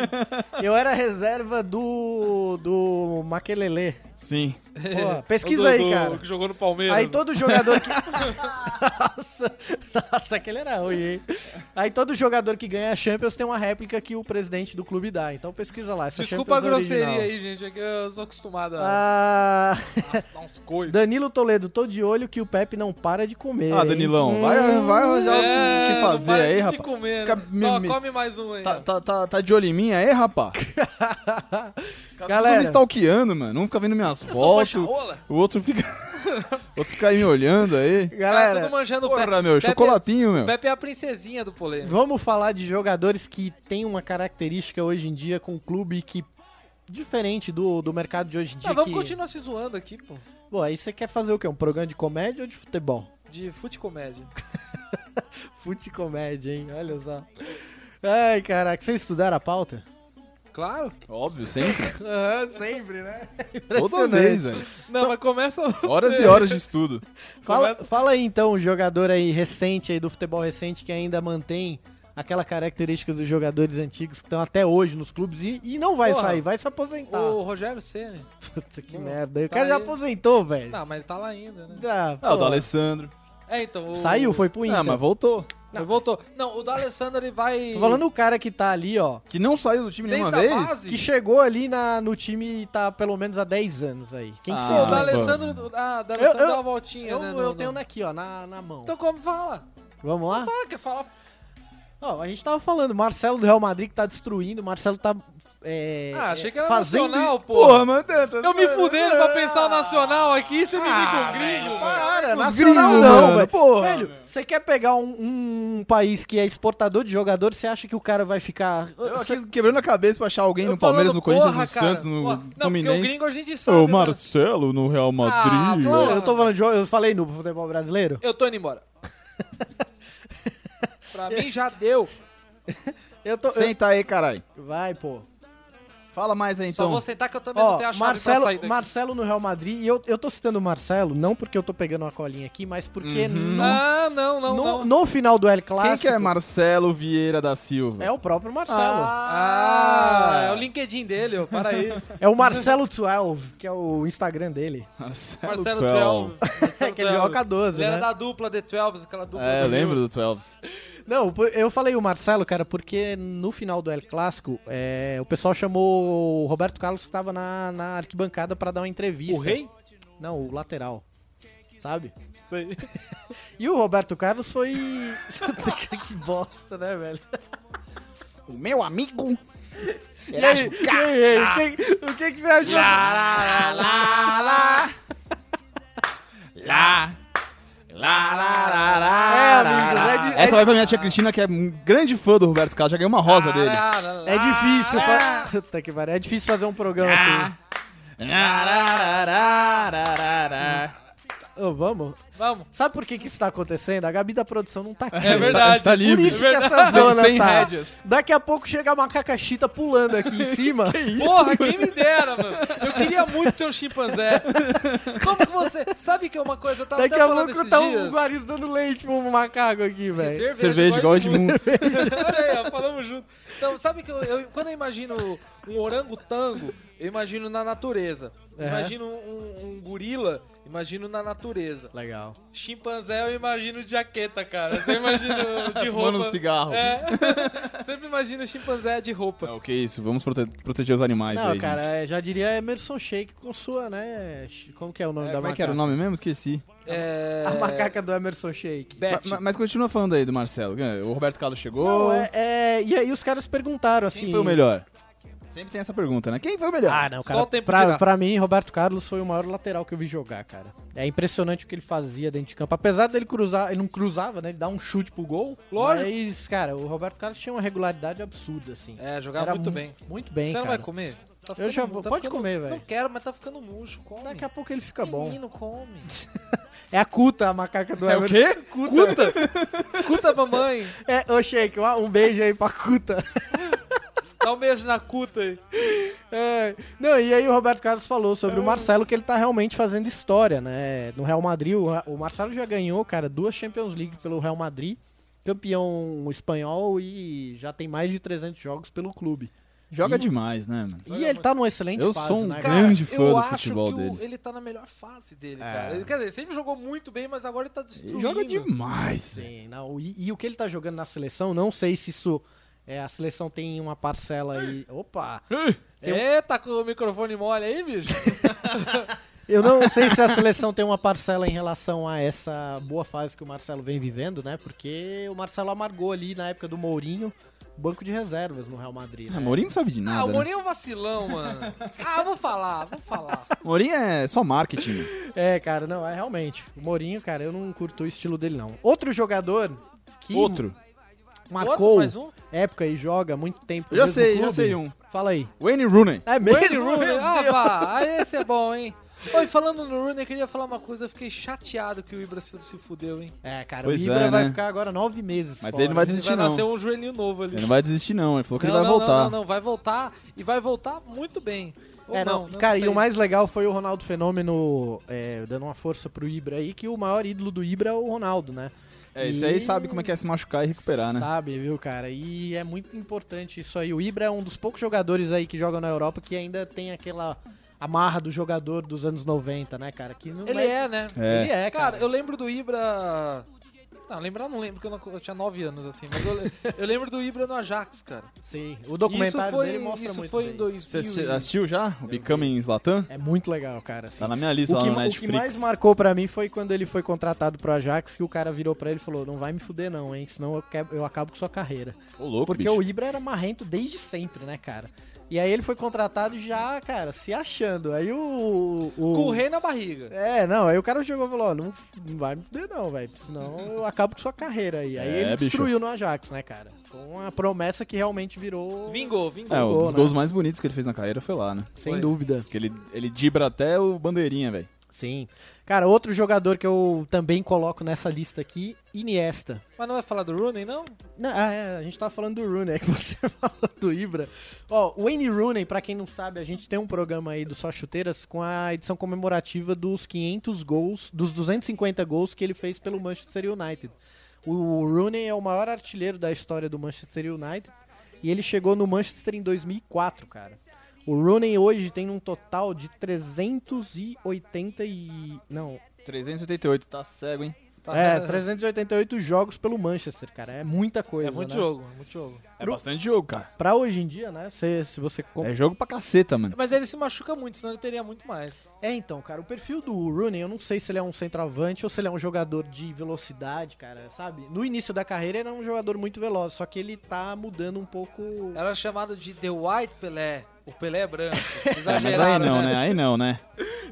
B: eu era reserva do. do Maquelele.
A: Sim.
B: Pô,
C: O do-
B: pesquisa aí,
C: do-
B: cara.
C: Que jogou no Palmeiras.
B: Aí todo jogador que. nossa, nossa, aquele era ruim, hein? Aí todo jogador que ganha a Champions tem uma réplica que o presidente do clube dá. Então pesquisa lá. Essa
C: Desculpa a
B: Champions
C: grosseria
B: original.
C: aí, gente. É que eu sou acostumado a
B: Ah,
C: raspar uns coisas.
B: Danilo Toledo, tô de olho que o Pepe não para de comer.
A: Ah,
B: hein?
A: Danilão,
B: Hum,
A: vai, vai arranjar o que
C: É, não
A: fazer
C: para
A: aí,
C: de
A: rapaz.
C: Comer,
A: Fica
C: né?
A: me-
C: Ó,
A: me-
C: come mais um aí.
A: Tá,
C: ó.
A: tá, tá, tá de olho em mim aí, rapá? Tá me
B: Galera,
A: stalkeando, tá mano. Um fica vendo minhas
C: Sou
A: fotos,
C: baixa rola.
A: o outro fica. Outros ficam aí me olhando aí.
C: Tá
B: Galera,
C: tudo manjando o
A: Porra,
C: Pepe.
A: meu,
C: Pepe é-
A: chocolatinho, meu.
C: Pepe é a princesinha do polêmico.
B: vamos falar de jogadores que têm uma característica hoje em dia com o clube que diferente do, do mercado de hoje em dia.
C: Ah, vamos
B: que...
C: continuar se zoando aqui, pô.
B: Bom, aí você quer fazer o quê? Um programa de comédia ou de futebol?
C: De fute comédia.
B: Fute comédia, hein? Olha só. Ai, caraca, vocês estudaram a pauta?
C: Claro.
A: Óbvio, sempre.
B: Aham, sempre, né?
A: Toda vez, velho.
C: Não, mas começa você.
A: Horas e horas de estudo.
B: Fala,
C: Começa-
B: fala aí então, um jogador aí recente aí do futebol recente que ainda mantém aquela característica dos jogadores antigos que estão até hoje nos clubes e, e não vai
C: Porra.
B: sair, vai se aposentar.
C: O Rogério Ceni.
B: Puta que
C: Não,
B: merda. O
C: tá
B: cara já
C: aí.
B: aposentou, velho.
C: Tá, mas ele tá lá ainda, né?
B: Tá,
A: Ah, o
B: pô.
A: do Alessandro.
C: É, então. o-
B: Saiu, foi pro Inter.
A: Ah, mas voltou.
C: Mas voltou. Não, o da Alessandro ele vai.
B: Tô falando o cara que tá ali, ó.
A: Que não saiu do time
C: desde
A: nenhuma
C: a
A: vez?
C: base.
B: Que chegou ali na, no time e tá pelo menos há 10 anos aí. Quem que
A: Ah,
C: Pô,
B: vocês
C: o da
A: Dale-
B: lembram?
C: Alessandro. Ah, da Alessandro
B: Eu- eu-
C: dá uma voltinha,
B: Eu,
C: né?
B: eu
C: no-
B: tenho
C: no-
B: aqui, ó, na, na mão.
C: Então como fala?
B: Vamos lá?
C: Fala, quer falar.
B: Ó, a gente tava falando, Marcelo do Real Madrid que tá destruindo, o Marcelo tá. É,
C: Ah, achei que era
B: fazendo...
C: nacional, pô.
A: Porra, mano, tantas-
C: Eu me fudendo pra pensar o nacional aqui, você me vem com gringo.
B: Para,
A: Os
B: nacional
A: gringos,
B: não,
A: mano,
B: velho.
A: porra.
B: velho, você quer pegar um, um país que é exportador de jogadores, você acha que o cara vai ficar.
A: Eu aqui quebrando a cabeça pra achar alguém
C: Eu
A: no Palmeiras,
C: falando,
A: no Corinthians,
C: porra,
A: no
C: cara,
A: Santos, no
C: porra. Não, porque o
A: Fluminense.
C: gringo a gente sabe.
A: Ô,
C: né?
A: Marcelo no Real Madrid.
C: Ah,
B: Claro,
C: porra.
B: eu tô falando de. Eu falei no futebol brasileiro.
C: Eu tô indo embora. pra mim já deu.
B: Eu tô. eu-
A: Senta aí, caralho.
B: Vai, pô.
A: Fala mais aí,
C: Só
A: então.
C: vou sentar que eu também não tenho Tá a
B: Ó,
C: chave pra sair
B: Marcelo,
C: daqui.
B: Marcelo no Real Madrid, e eu, eu tô citando o Marcelo, não porque eu tô pegando uma colinha aqui, mas porque no,
C: Ah, não, não,
B: no,
C: não.
B: no final do El Clássico.
A: Quem que é Marcelo Vieira da Silva?
B: É o próprio Marcelo.
C: Ah, é o LinkedIn dele, ó. Para aí.
B: É o Marcelo 12, que é o Instagram dele. É,
A: Marcelo,
C: Marcelo
A: 12.
C: 12. Marcelo
B: que ele joga 12,
C: Ele é era
B: né?
C: da dupla The 12, aquela dupla.
A: É, eu
C: do Rio.
A: lembro do 12.
B: Não, por- eu falei o Marcelo, cara, porque no final do El Clássico, é, o pessoal chamou o Roberto Carlos que tava na, na arquibancada pra dar uma entrevista.
C: O rei?
B: Não, o lateral. Sabe? E o Roberto Carlos foi. que bosta, né, velho?
D: O meu amigo.
B: E aí, e aí, o que- o que, que você achou? É,
C: Ah,
B: amigos, é, di- é
A: Essa vai pra minha tia Cristina, que é um grande fã do Roberto Carlos. Já ganhei uma rosa dele.
B: É difícil, fa... Puta que pariu, é difícil fazer um programa
C: Ah.
B: assim. Ô, vamos?
C: Vamos.
B: Sabe por que, que isso tá acontecendo? A Gabi da produção não tá aqui.
C: É verdade.
A: A gente tá
B: Por
A: livre.
B: isso que
C: É verdade.
B: essa zona
A: sem
B: tá.
A: rédeas.
B: Daqui a pouco chega a macaca chita pulando aqui em cima.
C: Porra, quem me dera, mano. Eu queria muito ter um chimpanzé. Como que você. Sabe que é uma coisa? Eu tava
B: Daqui
C: até
B: a
C: falando
B: pouco
C: esses
B: tá um
C: dias.
B: guariz dando leite pro macaco aqui, velho.
A: Cerveja, igual de um, mundo.
C: Olha aí, ó, falamos junto. Então, sabe que eu, eu- quando eu imagino um orangotango, eu imagino na natureza.
B: É.
C: Imagino um, um gorila, imagino na natureza.
B: Legal.
C: Chimpanzé eu imagino de jaqueta, cara. Eu sempre imagino de roupa.
A: Fumando um cigarro.
C: É. Sempre imagino chimpanzé de roupa.
A: Não, que é isso. Vamos prote- proteger os animais
B: não,
A: aí,
B: cara,
A: gente.
B: é, já diria Emerson Shake com sua, né? ch- Como que é o nome
A: É,
B: da
A: como é que
B: macaca?
A: era o nome mesmo? Esqueci.
C: É...
B: A macaca do Emerson Shake.
A: Ma- ma-
C: Beth.
A: Mas, continua falando aí do Marcelo. é? O Roberto Carlos chegou.
B: É. Não, é- é, e aí os caras perguntaram assim.
A: Quem foi o melhor? Sempre tem essa pergunta, né? Quem foi o melhor?
B: Ah, não,
C: Então, Só
B: cara.
C: o tempo
B: pra,
C: dirá.
B: pra mim, Roberto Carlos foi o maior lateral que eu vi jogar, cara. É impressionante o que ele fazia dentro de campo. Apesar dele cruzar, ele não cruzava, né? Ele dá um chute pro gol.
C: Lógico.
B: Mas, cara, o Roberto Carlos tinha uma regularidade absurda, assim.
C: É, jogava
B: Era
C: muito
B: mu-
C: bem.
B: Muito bem,
C: Você não
B: cara.
C: vai comer? Tá
B: Eu
C: ficando
B: já
C: mu-
B: vou.
C: tá
B: Pode
C: ficando-
B: comer,
C: Não
B: velho.
C: quero, mas tá ficando murcho. Come.
B: Daqui a pouco ele
C: tá
B: fica bom.
C: Menino, come.
B: É a Cuta, a macaca do
A: É o
B: Everton.
A: quê?
C: Cuta! Cuta, mamãe!
B: É, ô, Shake, um um beijo aí pra Cuta.
C: Dá um beijo na cuta aí.
B: É, Não, e aí o Roberto Carlos falou sobre o Marcelo que ele tá realmente fazendo história, né? No Real Madrid, o, o Marcelo já ganhou, cara, duas Champions League pelo Real Madrid, campeão espanhol e já tem mais de 300 jogos pelo clube.
A: Joga
B: Ih.
A: demais, né, mano?
B: E ele tá numa excelente
A: Eu
B: fase,
A: sou um
B: né,
A: cara- Grande fã
C: eu
A: do
C: acho
A: futebol
C: que o-
A: dele.
C: ele tá na melhor fase dele,
A: É.
C: cara. Ele- Quer dizer, ele sempre jogou muito bem, mas agora ele tá
A: Ele
C: destruindo.
A: joga demais. velho.
B: Sim, não, e, e o que ele tá jogando na seleção, não sei se isso... é, a seleção tem uma parcela aí... Opa! Tem um-
C: Eita, com o microfone mole aí, bicho.
B: Eu não sei se a seleção tem uma parcela em relação a essa boa fase que o Marcelo vem vivendo, né? Porque o Marcelo amargou ali na época do Mourinho, banco de reservas no Real Madrid.
A: Ah,
B: Né?
A: Mourinho não sabe de nada.
C: ah, o
A: né?
C: Mourinho é um vacilão, mano. Ah, vou falar, vou falar.
A: Mourinho é só marketing.
B: É, cara, não, é realmente. O Mourinho, cara, eu não curto o estilo dele, não. Outro jogador que
A: Outro.
B: marcou
C: mais um?
B: época e joga há muito tempo.
A: Eu já
B: no mesmo
A: sei, já
B: clube,
A: sei um.
B: Fala aí.
A: Wayne Rooney.
B: É mesmo?
C: Wayne Rooney.
B: Meu
C: Ah,
B: Deus.
C: vá. Ah, Esse é bom, hein? Oi, falando no Rooney, eu queria falar uma coisa. Eu fiquei chateado que o Ibra se se fudeu, hein?
B: É, cara,
A: Pois
B: o Ibra
A: é,
B: vai
A: né?
B: ficar agora nove meses.
A: Mas
B: fora. né?
A: ele não vai
C: Ele
A: desistir,
C: vai nascer
A: não.
C: um joelhinho novo ali.
A: Ele não vai desistir, não. Ele falou que ele vai
C: não,
A: voltar.
C: Não, não, vai voltar. E vai voltar muito bem. Ou
B: É, não.
C: não, não
B: cara,
C: sei.
B: e o mais legal foi o Ronaldo Fenômeno é, dando uma força pro Ibra aí, que o maior ídolo do Ibra é o Ronaldo, né?
A: É, esse aí sabe como é que é se machucar e recuperar, né?
B: Sabe, viu, cara? E é muito importante isso aí. O Ibra é um dos poucos jogadores aí que jogam na Europa que ainda tem aquela amarra do jogador dos anos 90, né, cara? Que não
C: Ele
B: vai-
C: é, né?
A: É.
B: Ele é, cara.
C: Cara, eu lembro do Ibra. Não, lembrar não lembro, porque eu, não- eu tinha 9 anos assim. Mas eu, le- eu lembro do Ibra no Ajax, cara.
B: Sim, o
C: E Isso
B: documentário
C: foi,
B: dele mostra
C: isso
B: muito
C: foi
B: bem.
C: em 2000.
A: Você assi-
C: e-
A: assistiu já? O Becoming Slatan?
B: É muito legal, cara. assim.
A: Tá na minha lista
B: O
A: lá
B: que,
A: no
B: ma- o que
A: Netflix.
B: mais marcou pra mim foi quando ele foi contratado pro Ajax, que o cara virou pra ele e falou, não vai me fuder não, hein, senão eu, que- eu acabo com sua carreira.
A: Ô, louco,
B: Porque
A: bicho.
B: o Ibra era marrento desde sempre, né, cara? E aí ele foi contratado já, cara, se achando. Aí o... o-
C: Com o rei na barriga.
B: É, não, aí o cara chegou e falou, ó, não, f- não vai me fuder não, velho, senão eu acabo com sua carreira aí. Aí
A: É,
B: ele
A: bicho.
B: destruiu no Ajax, né, cara? Foi uma promessa que realmente virou...
C: Vingou, vingou.
A: É, um
B: gol,
A: dos
B: né?
A: gols mais bonitos que ele fez na carreira foi lá, né?
B: Sem
C: Foi.
B: dúvida.
A: Porque ele, ele dibra até o bandeirinha, velho.
B: Sim. Cara, outro jogador que eu também coloco nessa lista aqui, Iniesta.
C: Mas não vai falar do Rooney, não?
B: Não, ah, é, a gente tava falando do Rooney, é que você falou do Ibra. Ó, o Wayne Rooney, pra quem não sabe, a gente tem um programa aí do Só Chuteiras com a edição comemorativa dos 500 gols, dos 250 gols que ele fez pelo Manchester United. O Rooney é o maior artilheiro da história do Manchester United e ele chegou no Manchester em 2004, cara. O Rooney hoje tem um total de 380 e... não,
A: 388, tá cego, hein?
C: Tá-
B: é,
C: tá-
B: 388 jogos pelo Manchester, cara. É muita coisa,
C: É muito
B: né?
C: jogo, é muito jogo.
A: É bastante jogo, cara.
B: Pra hoje em dia, né? Se, se você. com-
A: É jogo pra caceta, mano.
C: Mas ele se machuca muito, senão ele teria muito mais.
B: É, então, cara, o perfil do Rooney, eu não sei se ele é um centroavante ou se ele é um jogador de velocidade, cara, sabe? No início da carreira ele era um jogador muito veloz, só que ele tá mudando um pouco.
C: Era chamado é de The White Pelé. O Pelé é branco.
A: É, mas
C: Exagerado,
A: aí não, né? Aí não, né?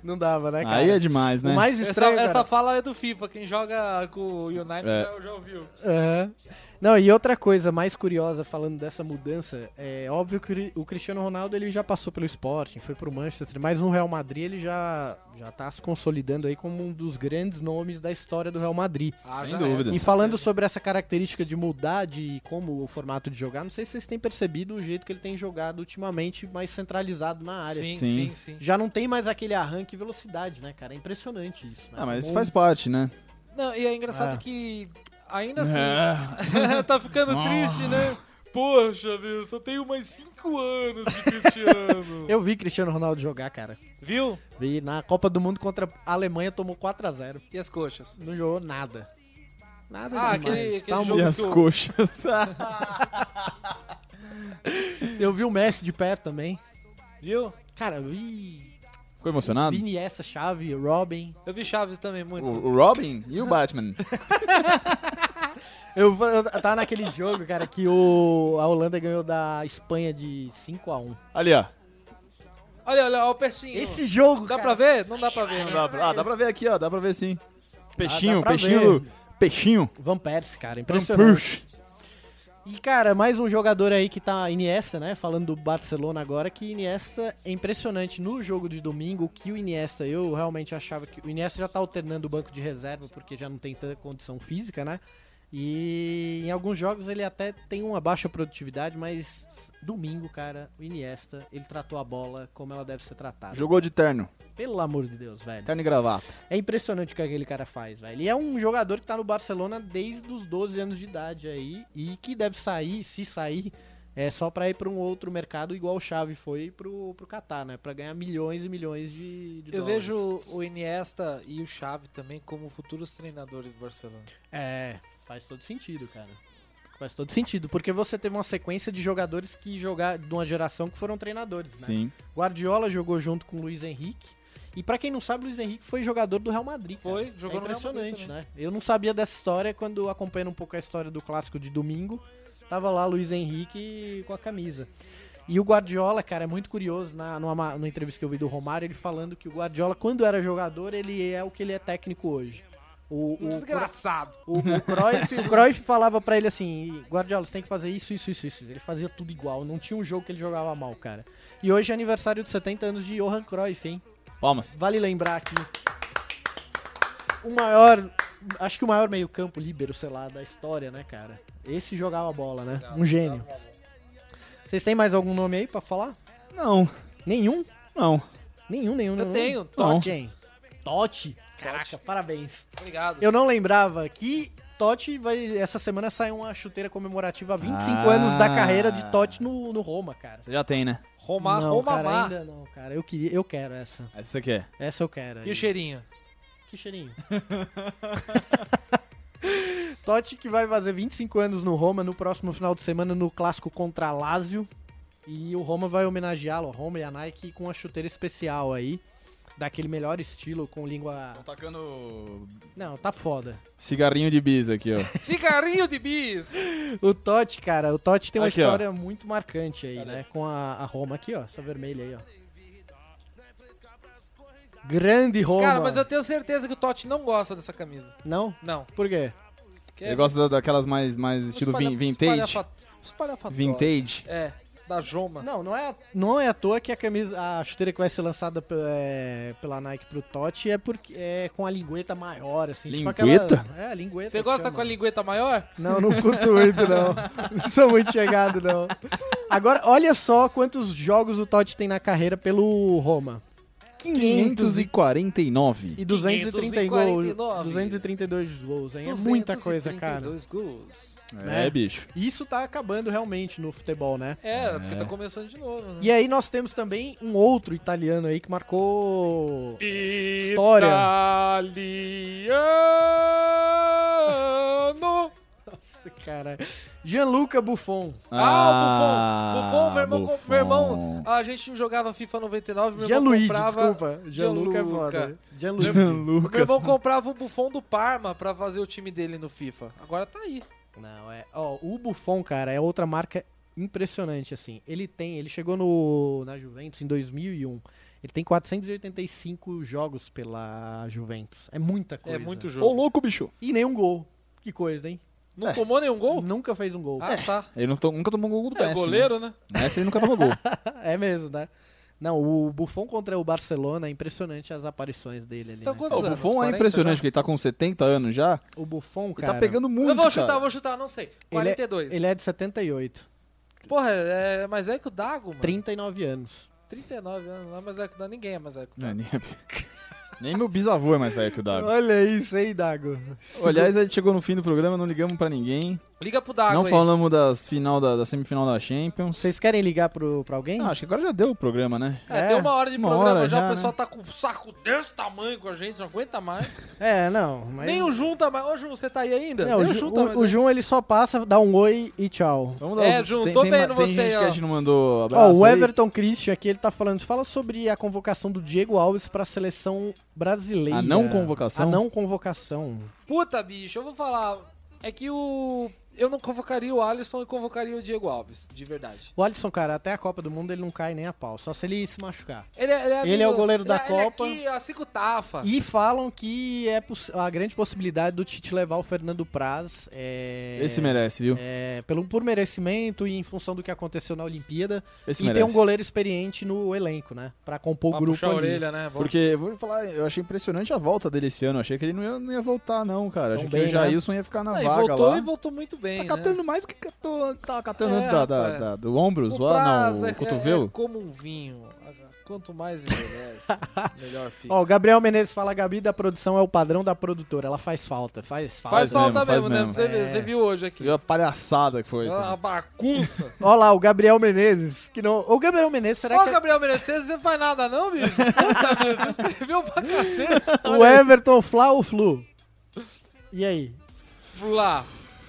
B: Não dava, né, cara?
A: Aí é demais, né?
B: O mais
C: Essa,
B: estranho. cara-
C: essa fala é do FIFA. Quem joga com o United
A: É.
C: já, já ouviu.
B: Aham. Não, e outra coisa mais curiosa falando dessa mudança, é óbvio que o Cri- o Cristiano Ronaldo ele já passou pelo Sporting, foi pro Manchester, mas no Real Madrid ele já já tá se consolidando aí como um dos grandes nomes da história do Real Madrid.
C: Ah,
A: Sem
C: já é.
A: dúvida.
B: E falando sobre essa característica de mudar de como o formato de jogar, não sei se vocês têm percebido o jeito que ele tem jogado ultimamente, mais centralizado na área.
C: Sim,
A: Sim.
C: sim, sim.
B: Já não tem mais aquele arranque e velocidade, né, cara? É impressionante isso. né?
A: Ah, mas isso
B: Muito-
A: faz parte, né?
C: Não, e é engraçado
B: É.
C: que ainda assim
A: É.
C: tá ficando triste, né? Poxa, meu, só tenho mais 5 anos de Cristiano.
B: Eu vi Cristiano Ronaldo jogar, cara.
C: Viu?
B: Vi na Copa do Mundo contra a Alemanha, tomou 4 a 0
C: E as coxas?
B: Não jogou nada. Nada demais.
C: Ah, aquele- aquele
B: Tá um-
C: jogo-
A: E as
C: que o-
A: coxas.
B: Eu vi o Messi de perto também.
C: Viu?
B: Cara, eu vi
A: Ficou emocionado?
B: Vini essa chave, Robin.
C: Eu vi Chaves também
A: O,
C: muito.
A: o Robin e o Batman.
B: Eu, eu tava naquele jogo, cara, que o, a Holanda ganhou da Espanha de 5 a 1
A: Ali, ó.
C: Olha, olha, olha o peixinho.
B: Esse jogo,
C: Dá
B: cara,
C: pra ver? Não dá pra ver.
A: Não dá pra- Ah, dá pra ver aqui, ó. Dá pra ver sim.
B: Dá-
A: Peixinho,
B: dá pra
A: peixinho. Peixinho.
B: Van Persie, cara, impressionante.
A: Push.
B: E, cara, mais um jogador aí que tá Iniesta, né? Falando do Barcelona agora, que Iniesta é impressionante. No jogo de domingo, que o Iniesta, eu realmente achava que. O Iniesta já tá alternando o banco de reserva, porque já não tem tanta condição física, né? E em alguns jogos ele até tem uma baixa produtividade, mas domingo, cara, o Iniesta, ele tratou a bola como ela deve ser tratada.
A: Jogou de terno.
B: Pelo amor de Deus, velho.
A: Terno e gravata.
B: É impressionante o que aquele cara faz, velho. Ele é um jogador que tá no Barcelona desde os 12 anos de idade aí e que deve sair, se sair, é só pra ir pra um outro mercado igual o Xavi foi pro, pro Catar, né? Pra ganhar milhões e milhões de, de
C: Eu
B: dólares.
C: vejo o Iniesta e o Xavi também como futuros treinadores do Barcelona.
B: É, faz todo sentido, cara. Faz todo sentido, porque você teve uma sequência de jogadores que jogar de uma geração que foram treinadores, né?
A: Sim.
B: Guardiola jogou junto com o Luiz Henrique. E pra quem não sabe, Luiz Henrique foi jogador do Real Madrid. cara.
C: Foi, jogou
B: é
C: no Real Madrid
B: impressionante,
C: também.
B: né? Eu não sabia dessa história quando acompanhando um pouco a história do clássico de domingo. Tava lá Luiz Henrique com a camisa. E o Guardiola, cara, é muito curioso. Na, numa, numa entrevista que eu vi do Romário, ele falando que o Guardiola, quando era jogador, ele é o que ele é técnico hoje. O, o,
C: Um Desgraçado.
B: o, o Cruyff, o Cruyff falava pra ele assim: Guardiola, você tem que fazer isso, isso, isso, isso. Ele fazia tudo igual. Não tinha um jogo que ele jogava mal, cara. E hoje é aniversário de 70 anos de Johan Cruyff, hein?
A: Palmas.
B: Vale lembrar aqui. O maior. Acho que o maior meio-campo líbero, sei lá, da história, né, cara? Esse jogava bola, né? Um gênio. Vocês têm mais algum nome aí pra falar?
A: Não,
B: Nenhum?
A: não.
B: Nenhum, nenhum,
C: Eu
B: nenhum.
C: tenho.
B: Totti, hein? Totti. Caraca, parabéns.
C: Obrigado.
B: Eu não lembrava que Totti vai. Essa semana sai uma chuteira comemorativa a 25 anos da
A: Ah.
B: carreira de Totti no, no Roma, cara.
A: Você já tem, né?
C: Roma,
B: não,
C: Roma
B: cara,
C: Mar.
B: ainda não, cara. Eu, queria, eu quero essa.
A: Essa é. você quer.
B: Essa eu quero.
C: E
B: aí.
C: o cheirinho?
B: Que cheirinho. Totti que vai fazer 25 anos no Roma no próximo final de semana no clássico contra Lazio. E o Roma vai homenageá-lo, a Roma e a Nike, com uma chuteira especial aí. Daquele melhor estilo, com língua.
A: tacando
B: Não, tá foda.
A: cigarrinho de bis aqui, ó.
C: Cigarrinho de bis.
B: O Totti, cara, o Totti tem uma
A: Aqui, ó.
B: história muito marcante aí, né? Com a, a Roma aqui, ó. Essa vermelha aí, ó. Grande Roma.
C: Cara, mas eu tenho certeza que o Totti não gosta dessa camisa.
B: Não?
C: Não.
B: Por quê?
C: Que
A: Ele gosta da- daquelas mais, mais estilo vin- vintage.
C: Espalhafatório.
A: Vintage.
C: É, da Joma.
B: Não, não é, não é à toa que a camisa, a chuteira que vai ser lançada pe- é, pela Nike pro Totti é porque é com a lingueta maior, assim. tipo
A: Lingueta?
B: aquela- é, lingueta.
C: Você
B: que
C: gosta
B: chama.
C: com a lingueta maior?
B: Não, não curto muito, não. Não sou muito chegado, não. Agora, olha só quantos jogos o Totti tem na carreira pelo Roma. 500 e...
A: 549.
B: E 230 gols.
C: 549.
B: 232 gols, hein? É muita coisa, cara.
C: 232 gols.
A: É, bicho.
B: Isso tá acabando realmente no futebol, né?
C: É, porque tá começando de novo, né?
B: E aí nós temos também um outro italiano aí que marcou história.
C: Italiano!
B: Nossa, cara. Gianluca Buffon.
C: Ah, o Buffon. Buffon, meu irmão,
A: Buffon.
C: meu irmão, a gente jogava FIFA 99, meu irmão
B: Gianluigi,
C: comprava...
B: desculpa. Gianluca é foda. Gianluca.
C: Meu
A: Lucas.
C: irmão comprava o Buffon do Parma pra fazer o time dele no FIFA. Agora tá aí.
B: Não, é. Ó, o Buffon, cara, é outra marca impressionante, assim. Ele tem, ele chegou no, na Juventus em 2001. Ele tem 485 jogos pela Juventus. É muita coisa.
C: É muito
A: Ô,
C: jogo.
A: louco, bicho.
B: E nenhum gol. Que coisa, hein?
A: É.
C: Não tomou nenhum gol?
B: Nunca fez um gol.
C: Ah, tá.
A: Ele É. não to- nunca tomou gol do
C: É
A: Messi.
C: goleiro, né?
A: Né? Messi ele nunca tomou gol.
B: é mesmo, né? Não, o Buffon contra o Barcelona é impressionante as aparições dele ali.
C: Então
B: né?
C: quantos
A: o
C: anos?
A: Buffon
C: 40
A: é
C: já?
A: impressionante, porque ele tá com 70 anos já.
B: O Buffon,
A: Ele
B: cara.
A: tá pegando muito,
C: né? Eu vou chutar,
A: cara.
C: eu vou chutar, não sei.
B: ele é-
C: 42.
B: Ele é de 78.
C: Porra, é mais velho que o Dago, mano.
B: 39 anos.
C: 39 anos, não é mais velho que o Dago. Ninguém é mais velho que o
A: Não,
C: Dago.
A: nem... nem meu bisavô é mais velho que o Dago.
B: Olha isso aí, Dago.
A: Aliás, a gente chegou no fim do programa, não ligamos pra ninguém.
C: Liga pro Dago
A: não
C: aí.
A: falamos das final da, da semifinal da Champions.
B: Vocês querem ligar pro, pra alguém?
A: Ah, acho que agora já deu o programa, né?
C: É,
B: É,
C: deu uma hora de
A: uma
C: programa
A: hora
C: já,
A: já,
C: o pessoal tá com o saco desse tamanho com a gente, não aguenta mais.
B: É, não. Mas...
C: Nem o Jun tá mais. Ô, Jun, você tá aí ainda?
B: Não,
C: Nem
B: o, Ju,
C: Jun tá mais
B: o, o Jun, ele só passa, dá um oi e tchau.
A: Vamos
C: É,
A: o-
C: Ju,
A: tem,
C: tô
A: tem,
C: vendo
A: tem
C: você
A: gente
C: aí,
A: que a
C: ó.
A: gente não mandou
B: Ó,
A: abraço
B: o
A: aí.
B: Everton Christian aqui, ele tá falando, fala sobre a convocação do Diego Alves pra seleção brasileira.
A: A não convocação?
B: A não convocação.
C: Puta, bicho, eu vou falar. É que o. Eu não convocaria o Alisson e convocaria o Diego Alves, de verdade.
B: O Alisson, cara, até a Copa do Mundo ele não cai nem a pau, só se ele se machucar.
C: Ele é,
B: Ele é o goleiro da Copa.
C: Ele é aqui, assim com o Tafa.
B: E falam que é poss- a grande possibilidade do Tite levar o Fernando Praz. É...
A: Esse merece, viu?
B: É, pelo, por merecimento e em função do que aconteceu na Olimpíada.
A: Esse
B: e
A: merece.
B: ter um goleiro experiente no elenco, né? Pra compor o
C: Pra
B: grupo
C: puxar a
B: ali.
C: orelha, né? Vamos-
A: Porque, vou falar, eu achei impressionante a volta dele esse ano. Achei que ele não ia, não ia voltar, não, cara. Achei
B: Também,
A: que o Jailson ia ficar na
C: Ah, né? e
A: vaga
C: voltou
A: lá.
C: e voltou muito bem.
A: Tá
C: né?
A: catando mais do que catou, tava catando
C: É,
A: antes da, da-
C: rapaz.
A: da- do ombro,
C: O
A: zoar,
C: Praz
A: não,
C: é-
A: o cotovelo.
C: É como um vinho. Quanto mais envelhece, melhor fica.
B: Ó, o Gabriel Menezes fala, Gabi, da produção é o padrão da produtora. Ela faz falta, faz falta.
C: Faz,
A: Faz
C: falta
A: mesmo, faz
C: mesmo, né?
A: mesmo.
C: Você, vê- você viu hoje aqui.
A: Viu a palhaçada que foi assim.
C: É
A: isso.
C: uma bagunça.
B: Ó lá, o Gabriel Menezes, que não... O Gabriel Menezes, será
C: Ô,
B: que... é
C: Gabriel Menezes, você não faz nada não, bicho? Puta, meu, você escreveu pra cacete.
B: O Everton Fla ou Flu? E aí?
C: Lá.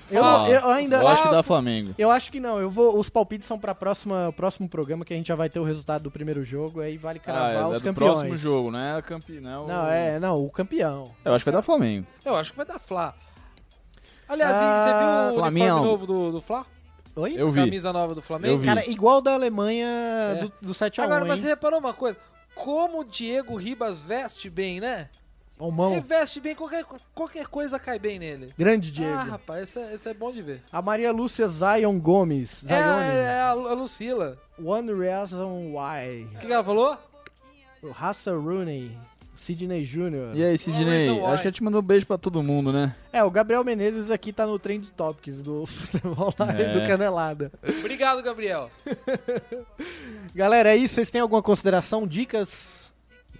B: Eu,
A: Ah,
B: não- eu ainda...
A: eu acho que
C: Ah,
A: dá Flamengo.
B: Eu acho que não, eu vou. Os palpites são pra próxima, próximo programa que a gente já vai ter o resultado do primeiro jogo, aí vale
A: Ah,
B: cravar
A: é,
B: os
A: do
B: campeões.
A: próximo jogo, né? Campe... Não, o-
B: Não, é, não, o campeão.
A: Eu acho que vai dar Flamengo.
C: Eu acho que vai dar Flá. Aliás,
B: Ah,
C: você viu o
A: Flamengo.
C: uniforme novo do, do Flá?
B: Oi?
A: Eu vi.
C: Camisa nova do Flamengo.
A: Eu vi.
B: Cara, igual da Alemanha
C: É.
B: do, do 7x1,
C: Agora, mas você
B: hein?
C: reparou uma coisa? Como o Diego Ribas veste bem, né? Ele
A: é
B: Palmão.
C: veste bem, qualquer, qualquer coisa cai bem nele.
B: Grande Diego.
C: Ah, rapaz, isso é, isso é bom de ver.
B: A Maria Lúcia Zion Gomes.
C: É, a-
B: Zione.
C: é a Lu- a Lucila.
B: One Reason Why.
C: O que que ela falou?
B: O Raça Rooney. Sidney Jr.
A: E é- aí,
C: Reason
A: Sidney?
C: Why.
A: Acho que eu te mandou um beijo pra todo mundo, né?
B: É, o Gabriel Menezes aqui tá no Trend Topics do futebol lá e
A: É.
B: do Canelada.
C: Obrigado, Gabriel.
B: Galera, é isso. Vocês têm alguma consideração, dicas,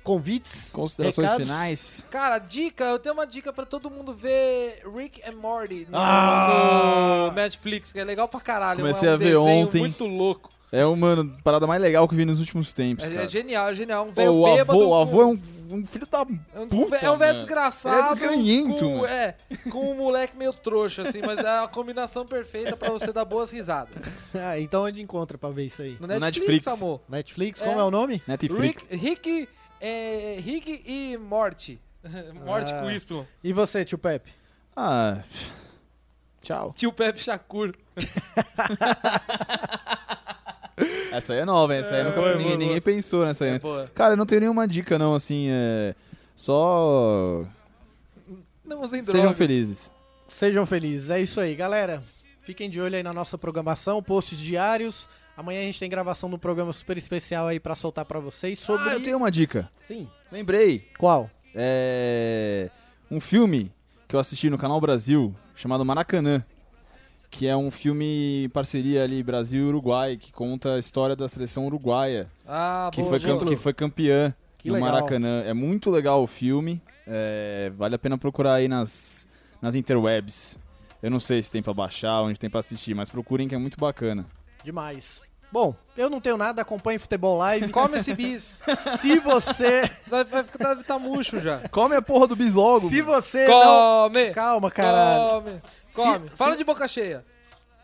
B: convites?
A: Considerações
B: recados?
A: finais.
C: Cara, dica, eu tenho uma dica pra todo mundo ver Rick and Morty no,
A: Ah!
C: no Netflix, que é legal pra caralho.
A: Comecei
C: é um
A: a ver
C: desenho
A: ontem.
C: muito louco.
A: É uma parada mais legal que eu vi nos últimos tempos,
C: É,
A: cara.
C: é genial, é genial. Um
A: Pô,
C: velho
A: o
C: bêbado.
A: avô, o
C: com-
A: avô é um, um filho da
C: é um,
A: puta,
C: é um
A: mano.
C: velho desgraçado.
A: É desgranhento, né?
C: com,
A: mano.
C: É, com um moleque meio trouxa, assim, mas é a combinação perfeita pra você dar boas risadas.
B: Ah, então onde encontra pra ver isso aí?
C: No
A: No
C: Netflix,
A: Netflix.
C: amor.
B: Netflix,
C: É.
B: como é o nome?
A: Netflix.
C: Rick, Rick, é, Rick e Morty. Morty
B: Ah.
C: com Y.
B: E você, tio Pepe?
A: Ah, tchau.
C: Tio Pepe Shakur.
A: Essa aí é nova, hein? Essa aí
C: É,
A: nunca-
C: boa,
A: ninguém,
C: boa,
A: ninguém
C: boa.
A: pensou nessa aí.
C: É
A: antes.
C: boa.
A: Cara, eu não tenho nenhuma dica, não, assim, é... Só
C: Não usem drogas.
A: sejam felizes.
B: Sejam felizes. É isso aí, galera. Fiquem de olho aí na nossa programação, posts diários. Amanhã a gente tem gravação do programa super especial aí pra soltar pra vocês sobre.
A: Ah, eu tenho uma dica.
B: Sim.
A: Lembrei.
B: Qual?
A: É... Um filme que eu assisti no Canal Brasil, chamado Maracanã. Que é um filme em parceria ali Brasil-Uruguai, que conta a história da seleção uruguaia.
C: Ah,
A: que,
C: boa,
A: foi
C: boa.
A: cam- que foi campeã
B: Que
A: no
B: legal.
A: Maracanã. É muito legal o filme. é, vale a pena procurar aí nas, nas interwebs. Eu não sei se tem pra baixar, onde tem pra assistir, mas procurem que é muito bacana.
B: Demais. Bom, eu não tenho nada, acompanhe Futebol Live.
C: Come esse bis.
B: se você.
C: Vai, vai ficar, deve tá murcho já.
A: Come a porra do bis logo!
B: se você. Não...
C: Come!
B: Calma, caralho.
C: Come! Come!
B: Se- Hum.
C: Fala
B: se-
C: de boca cheia.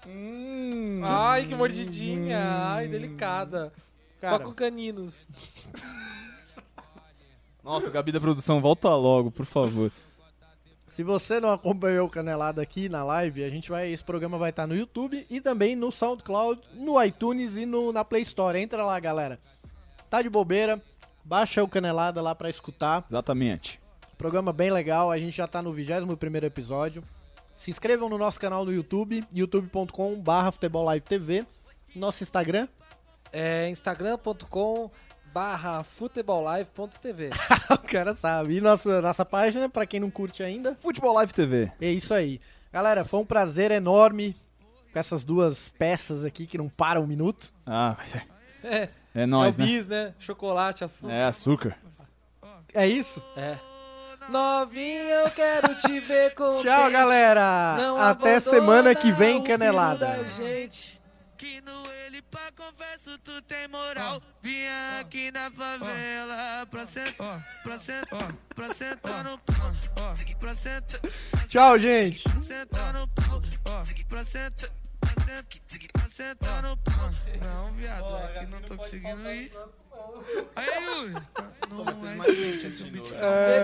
A: Hum.
C: Ai, que mordidinha. Ai, delicada.
B: Cara.
C: Só com caninos.
A: Nossa, Gabi da produção, volta logo, por favor.
B: Se você não acompanhou o Canelada aqui na live, a gente vai. Esse programa vai estar no YouTube e também no SoundCloud, no iTunes e no, na Play Store. Entra lá, galera. Tá de bobeira? Baixa o Canelada lá pra escutar.
A: Exatamente.
B: Programa bem legal, a gente já tá no 21 episódio. Se inscrevam no nosso canal no YouTube, youtube.com.br futebollive.tv. Nosso Instagram.
C: É instagram.com barra futebollive.tv.
B: o cara sabe. E nossa, nossa página, pra quem não curte ainda.
A: Futebol Live TV.
B: É isso aí. Galera, foi um prazer enorme com essas duas peças aqui que não param um minuto.
A: Ah, mas é,
C: É,
A: é
C: é o
A: nóis, né?
C: bis, né? Chocolate, açúcar.
A: É açúcar.
B: É isso?
C: É. Novinha, eu quero te ver com
B: Tchau, galera. Até semana que vem, Canelada.
E: gente. Que no ele pra confesso tu tem moral. Vim aqui na favela pra sentar, pra sentar, pra sentar no pau. Pra sentar,
B: Tchau, gente.
E: pra sentar no pau. Pra sentar, pra sentar, pra sentar no pau. Não, viado, é que não tô conseguindo ir. Aí, Yuri. Não, não é esse beat, esse beat.